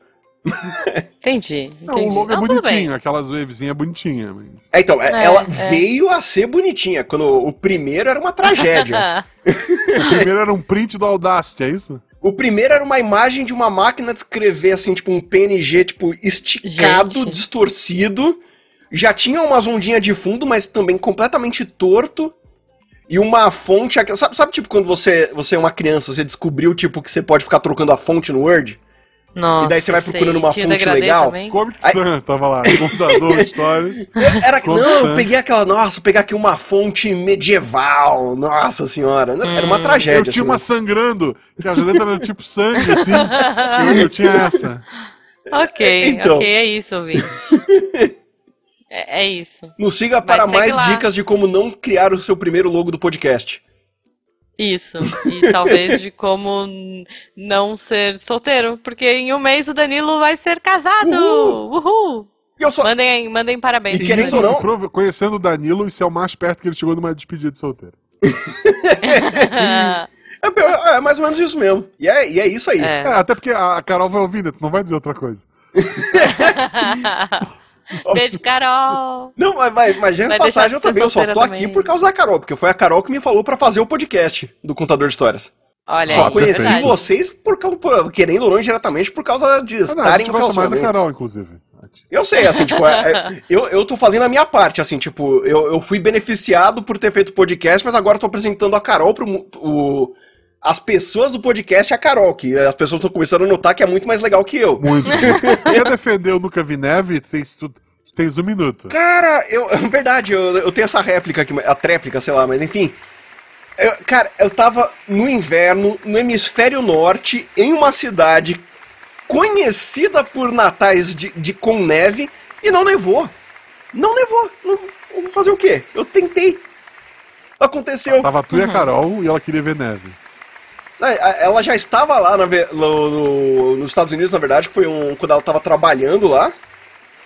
[SPEAKER 2] Entendi. entendi.
[SPEAKER 1] Não, o logo é
[SPEAKER 2] Não, tudo bem.
[SPEAKER 3] né,
[SPEAKER 1] bonitinho, aquelas wavezinhas é bonitinha. mas-
[SPEAKER 3] É, então, é-
[SPEAKER 2] É,
[SPEAKER 3] ela
[SPEAKER 2] é.
[SPEAKER 3] veio a ser bonitinha, quando o primeiro era uma
[SPEAKER 2] Ah, *laughs*
[SPEAKER 3] tragédia.
[SPEAKER 1] O primeiro era um print do Audacity, é isso?
[SPEAKER 3] O primeiro era uma imagem de uma máquina de escrever, assim, tipo um PNG, tipo, esticado,
[SPEAKER 2] Gente.
[SPEAKER 3] distorcido. Já tinha umas ondinhas de fundo, mas também completamente torto. E uma fonte. aquela- Sabe, sabe tipo, quando você, você é uma criança, você descobriu, tipo, que você pode ficar trocando a fonte no Word?
[SPEAKER 2] Nossa,
[SPEAKER 3] E daí você vai procurando
[SPEAKER 2] sei.
[SPEAKER 3] uma
[SPEAKER 2] Tinha o
[SPEAKER 3] fonte
[SPEAKER 2] degradê
[SPEAKER 3] legal?
[SPEAKER 2] também?
[SPEAKER 1] Comic Sans tava lá,
[SPEAKER 3] *laughs*
[SPEAKER 1] computador, história.
[SPEAKER 3] Era,
[SPEAKER 1] Como
[SPEAKER 3] não,
[SPEAKER 1] é?
[SPEAKER 3] eu peguei aquela. Nossa, eu peguei aqui uma fonte medieval. Nossa senhora. Era uma
[SPEAKER 2] Hum.
[SPEAKER 3] tragédia.
[SPEAKER 1] eu tinha
[SPEAKER 3] assim.
[SPEAKER 1] uma sangrando, que a letra era tipo sangue, assim. Eu, eu tinha
[SPEAKER 3] *laughs*
[SPEAKER 1] essa.
[SPEAKER 2] *laughs* ok,
[SPEAKER 3] Então.
[SPEAKER 2] ok, é isso,
[SPEAKER 3] *laughs*
[SPEAKER 2] ouvinte. É, é isso.
[SPEAKER 3] Nos siga
[SPEAKER 2] Mas
[SPEAKER 3] para
[SPEAKER 2] segue
[SPEAKER 3] mais
[SPEAKER 2] lá.
[SPEAKER 3] dicas de como não criar o seu primeiro logo do podcast. *laughs*
[SPEAKER 2] Isso. E talvez de como n- não ser solteiro, porque em um mês o Danilo vai ser casado. Uhul!
[SPEAKER 3] E eu só.
[SPEAKER 2] Mandem, mandem parabéns.
[SPEAKER 3] E
[SPEAKER 2] *laughs*
[SPEAKER 3] querendo
[SPEAKER 2] Danilo.
[SPEAKER 1] isso,
[SPEAKER 3] ou não-
[SPEAKER 1] prova- conhecendo o Danilo, isso é o mais perto que ele chegou numa despedida de solteiro.
[SPEAKER 3] É, é, é mais ou menos isso mesmo. E é, e é isso aí. *laughs*
[SPEAKER 1] É, até porque a a Carol vai ouvir, né? Tu não vai dizer outra coisa.
[SPEAKER 2] É. Beijo, Carol.
[SPEAKER 3] Não, mas, mas, mas diga de
[SPEAKER 2] Vai deixar
[SPEAKER 3] passagem
[SPEAKER 2] de
[SPEAKER 3] eu
[SPEAKER 2] ser
[SPEAKER 3] também, eu só
[SPEAKER 2] solteira
[SPEAKER 3] tô
[SPEAKER 2] também.
[SPEAKER 3] aqui por causa da Carol, porque foi a Carol que me falou pra fazer o podcast do Contador de Histórias.
[SPEAKER 2] Olha
[SPEAKER 3] só
[SPEAKER 2] aí,
[SPEAKER 3] conheci
[SPEAKER 2] verdade.
[SPEAKER 3] vocês por causa, por- querendo ou não diretamente por causa de
[SPEAKER 1] Ah, não, a
[SPEAKER 3] estarem
[SPEAKER 1] gente
[SPEAKER 3] no
[SPEAKER 1] gosta mais da
[SPEAKER 3] relacionamento.
[SPEAKER 1] Carol, inclusive.
[SPEAKER 3] Eu sei, assim, tipo, é- é- eu, eu tô fazendo a minha parte, assim, tipo, eu, eu fui beneficiado por ter feito o podcast, mas agora eu tô apresentando a Carol pro. mu- o- as pessoas do podcast e a Carol, que as pessoas estão começando a notar que é muito mais legal que eu.
[SPEAKER 1] Muito. Quer defender o Nunca Vi Neve? Tens, tu, tu tens um minuto.
[SPEAKER 3] Cara, eu, *laughs* é verdade, eu, eu tenho essa réplica aqui, a tréplica, sei lá, mas enfim. Eu- cara, eu tava no inverno, no hemisfério norte, em uma cidade conhecida por natais de, de- com neve, e não nevou. Não nevou. Não, eu vou fazer o quê? Eu tentei. Aconteceu.
[SPEAKER 1] Tava tu e a Carol e ela queria ver neve.
[SPEAKER 3] Ah, Ela já estava lá na ve- no- no- nos Estados Unidos, na verdade, que foi um, quando ela estava trabalhando lá.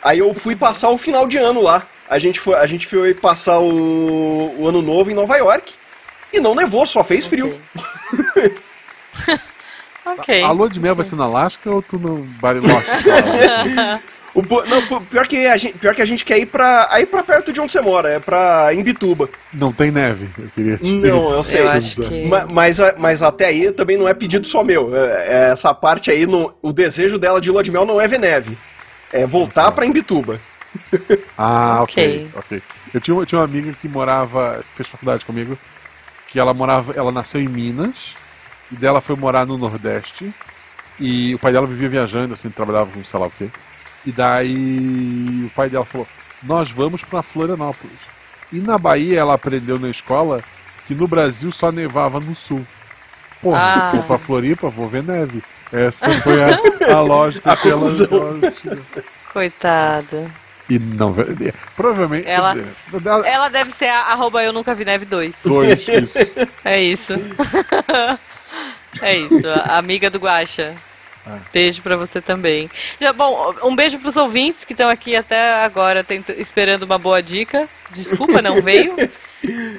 [SPEAKER 3] Aí eu fui passar o final de ano lá. A gente foi, a gente foi passar o, o ano novo em Nova York. E não nevou, só fez frio.
[SPEAKER 2] *laughs* Ok. *laughs*
[SPEAKER 1] A lua de mel vai ser na Alaska ou tu no Bariloche?
[SPEAKER 3] O po- não, po- pior, que a gente, pior que a gente quer ir pra, aí pra perto de onde você mora, é pra Imbituba.
[SPEAKER 1] não tem neve, eu queria te
[SPEAKER 3] Não, eu sei.
[SPEAKER 2] Eu acho que.
[SPEAKER 3] Ma- Mas, a- mas até aí também não é pedido só meu. É- é Essa parte aí, não- o desejo dela de lua de mel não é ver neve. É voltar pra Imbituba.
[SPEAKER 1] Ah, ok. Ok. Eu tinha, eu tinha uma amiga que morava, que fez faculdade comigo, que ela morava, ela nasceu em Minas e dela foi morar no Nordeste e o pai dela vivia viajando, assim, trabalhava com sei lá o quê. E daí o pai dela falou: "Nós vamos pra Florianópolis". E na Bahia ela aprendeu na escola que no Brasil só nevava no sul. Porra,
[SPEAKER 2] Ah.
[SPEAKER 1] vou pra Floripa, vou ver neve. Essa foi a, a lógica
[SPEAKER 3] *laughs* A
[SPEAKER 1] que ela,
[SPEAKER 3] conclusão.
[SPEAKER 1] que ela tinha.
[SPEAKER 2] Coitada.
[SPEAKER 1] E não vai- Provavelmente. quer
[SPEAKER 2] Ela- É.
[SPEAKER 1] dizer, ela-
[SPEAKER 2] Ela deve ser a arroba eu nunca vi neve 2. *laughs*
[SPEAKER 1] Dois, isso.
[SPEAKER 2] É isso. *laughs* é isso, a amiga do Guaxa.
[SPEAKER 1] Ah.
[SPEAKER 2] Beijo pra você também. Já, bom, um beijo pros ouvintes que estão aqui até agora tenta- esperando uma boa dica.
[SPEAKER 1] *laughs*
[SPEAKER 2] Desculpa, não veio.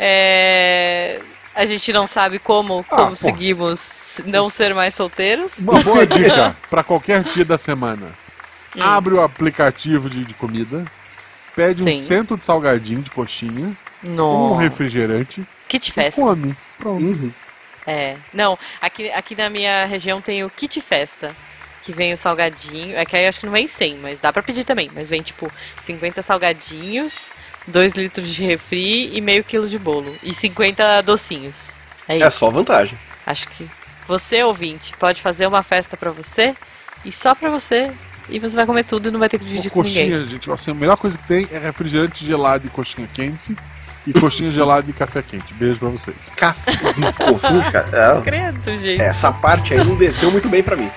[SPEAKER 2] É, A gente não sabe como
[SPEAKER 1] Ah,
[SPEAKER 2] conseguimos não ser mais solteiros.
[SPEAKER 1] Uma boa dica pra qualquer dia da semana.
[SPEAKER 2] Hum.
[SPEAKER 1] Abre o aplicativo de, de comida, pede um
[SPEAKER 2] Sim.
[SPEAKER 1] cento de salgadinho de coxinha, um
[SPEAKER 2] Hum. Nossa.
[SPEAKER 1] refrigerante
[SPEAKER 2] Kit
[SPEAKER 1] e
[SPEAKER 2] Festa.
[SPEAKER 1] come. Pronto.
[SPEAKER 3] Uhum.
[SPEAKER 2] É. Não, aqui, aqui na minha região tem o kit festa. Que vem o salgadinho. É que aí eu acho que não vem 100, mas dá pra pedir também. Mas vem tipo 50 salgadinhos, 2 litros de refri e meio quilo de bolo. E 50 docinhos. É isso.
[SPEAKER 3] É só vantagem.
[SPEAKER 2] Acho que você, ouvinte, pode fazer uma festa pra você e só pra você. E você vai comer tudo e não vai ter que
[SPEAKER 1] Pô,
[SPEAKER 2] dividir com ninguém.
[SPEAKER 1] coxinha, gente, assim, a melhor coisa que tem é refrigerante gelado e coxinha quente. E coxinha gelada e café quente. Beijo pra vocês.
[SPEAKER 3] Café. Cofu, cara.
[SPEAKER 2] Credo, gente.
[SPEAKER 3] É, Essa parte aí não desceu muito bem pra mim.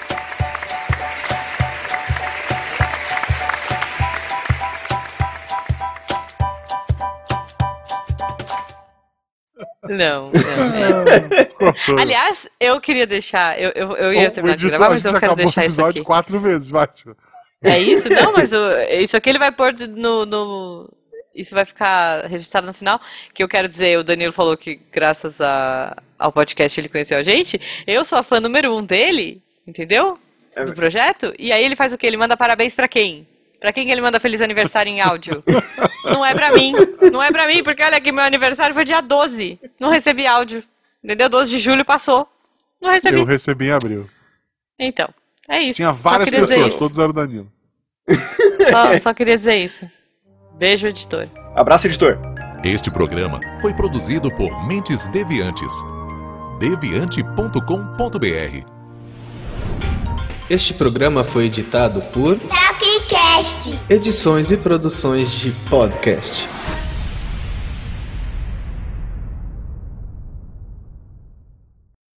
[SPEAKER 1] *laughs*
[SPEAKER 2] Não,
[SPEAKER 3] *laughs*
[SPEAKER 2] não. é. Aliás, eu queria deixar. Eu, eu, eu ia
[SPEAKER 1] Bom,
[SPEAKER 2] terminar de
[SPEAKER 1] editor,
[SPEAKER 2] gravar,
[SPEAKER 1] a
[SPEAKER 2] mas
[SPEAKER 1] gente
[SPEAKER 2] eu quero
[SPEAKER 1] acabou o
[SPEAKER 2] deixar isso
[SPEAKER 1] episódio
[SPEAKER 2] aqui.
[SPEAKER 1] quatro vezes, Batman.
[SPEAKER 2] É isso?
[SPEAKER 1] *laughs*
[SPEAKER 2] Não, mas o- isso aqui ele vai pôr no, no- Isso vai ficar registrado no final. Que eu quero dizer, o Danilo falou que graças a- ao podcast ele conheceu a gente. Eu sou a fã número um dele, entendeu?
[SPEAKER 3] É.
[SPEAKER 2] Do projeto. E aí ele faz o quê? Ele manda parabéns pra quem? Pra quem que ele manda feliz aniversário em áudio?
[SPEAKER 1] *laughs*
[SPEAKER 2] Não é pra mim. Não é pra mim, porque olha que meu aniversário foi dia 12. Não recebi áudio. Entendeu? 12 de julho passou. Não recebi.
[SPEAKER 1] Eu recebi em abril.
[SPEAKER 2] Então, é isso.
[SPEAKER 1] Tinha
[SPEAKER 2] Só
[SPEAKER 1] várias
[SPEAKER 2] queria dizer
[SPEAKER 1] pessoas,
[SPEAKER 2] isso.
[SPEAKER 1] todos eram Danilo.
[SPEAKER 2] Só, só queria dizer isso. Beijo, editor.
[SPEAKER 3] Abraço, editor.
[SPEAKER 5] Este programa foi produzido por Mentes Deviantes. deviante.com.br
[SPEAKER 6] Este programa foi editado por
[SPEAKER 7] Tapcast.
[SPEAKER 6] Edições e Produções de Podcast.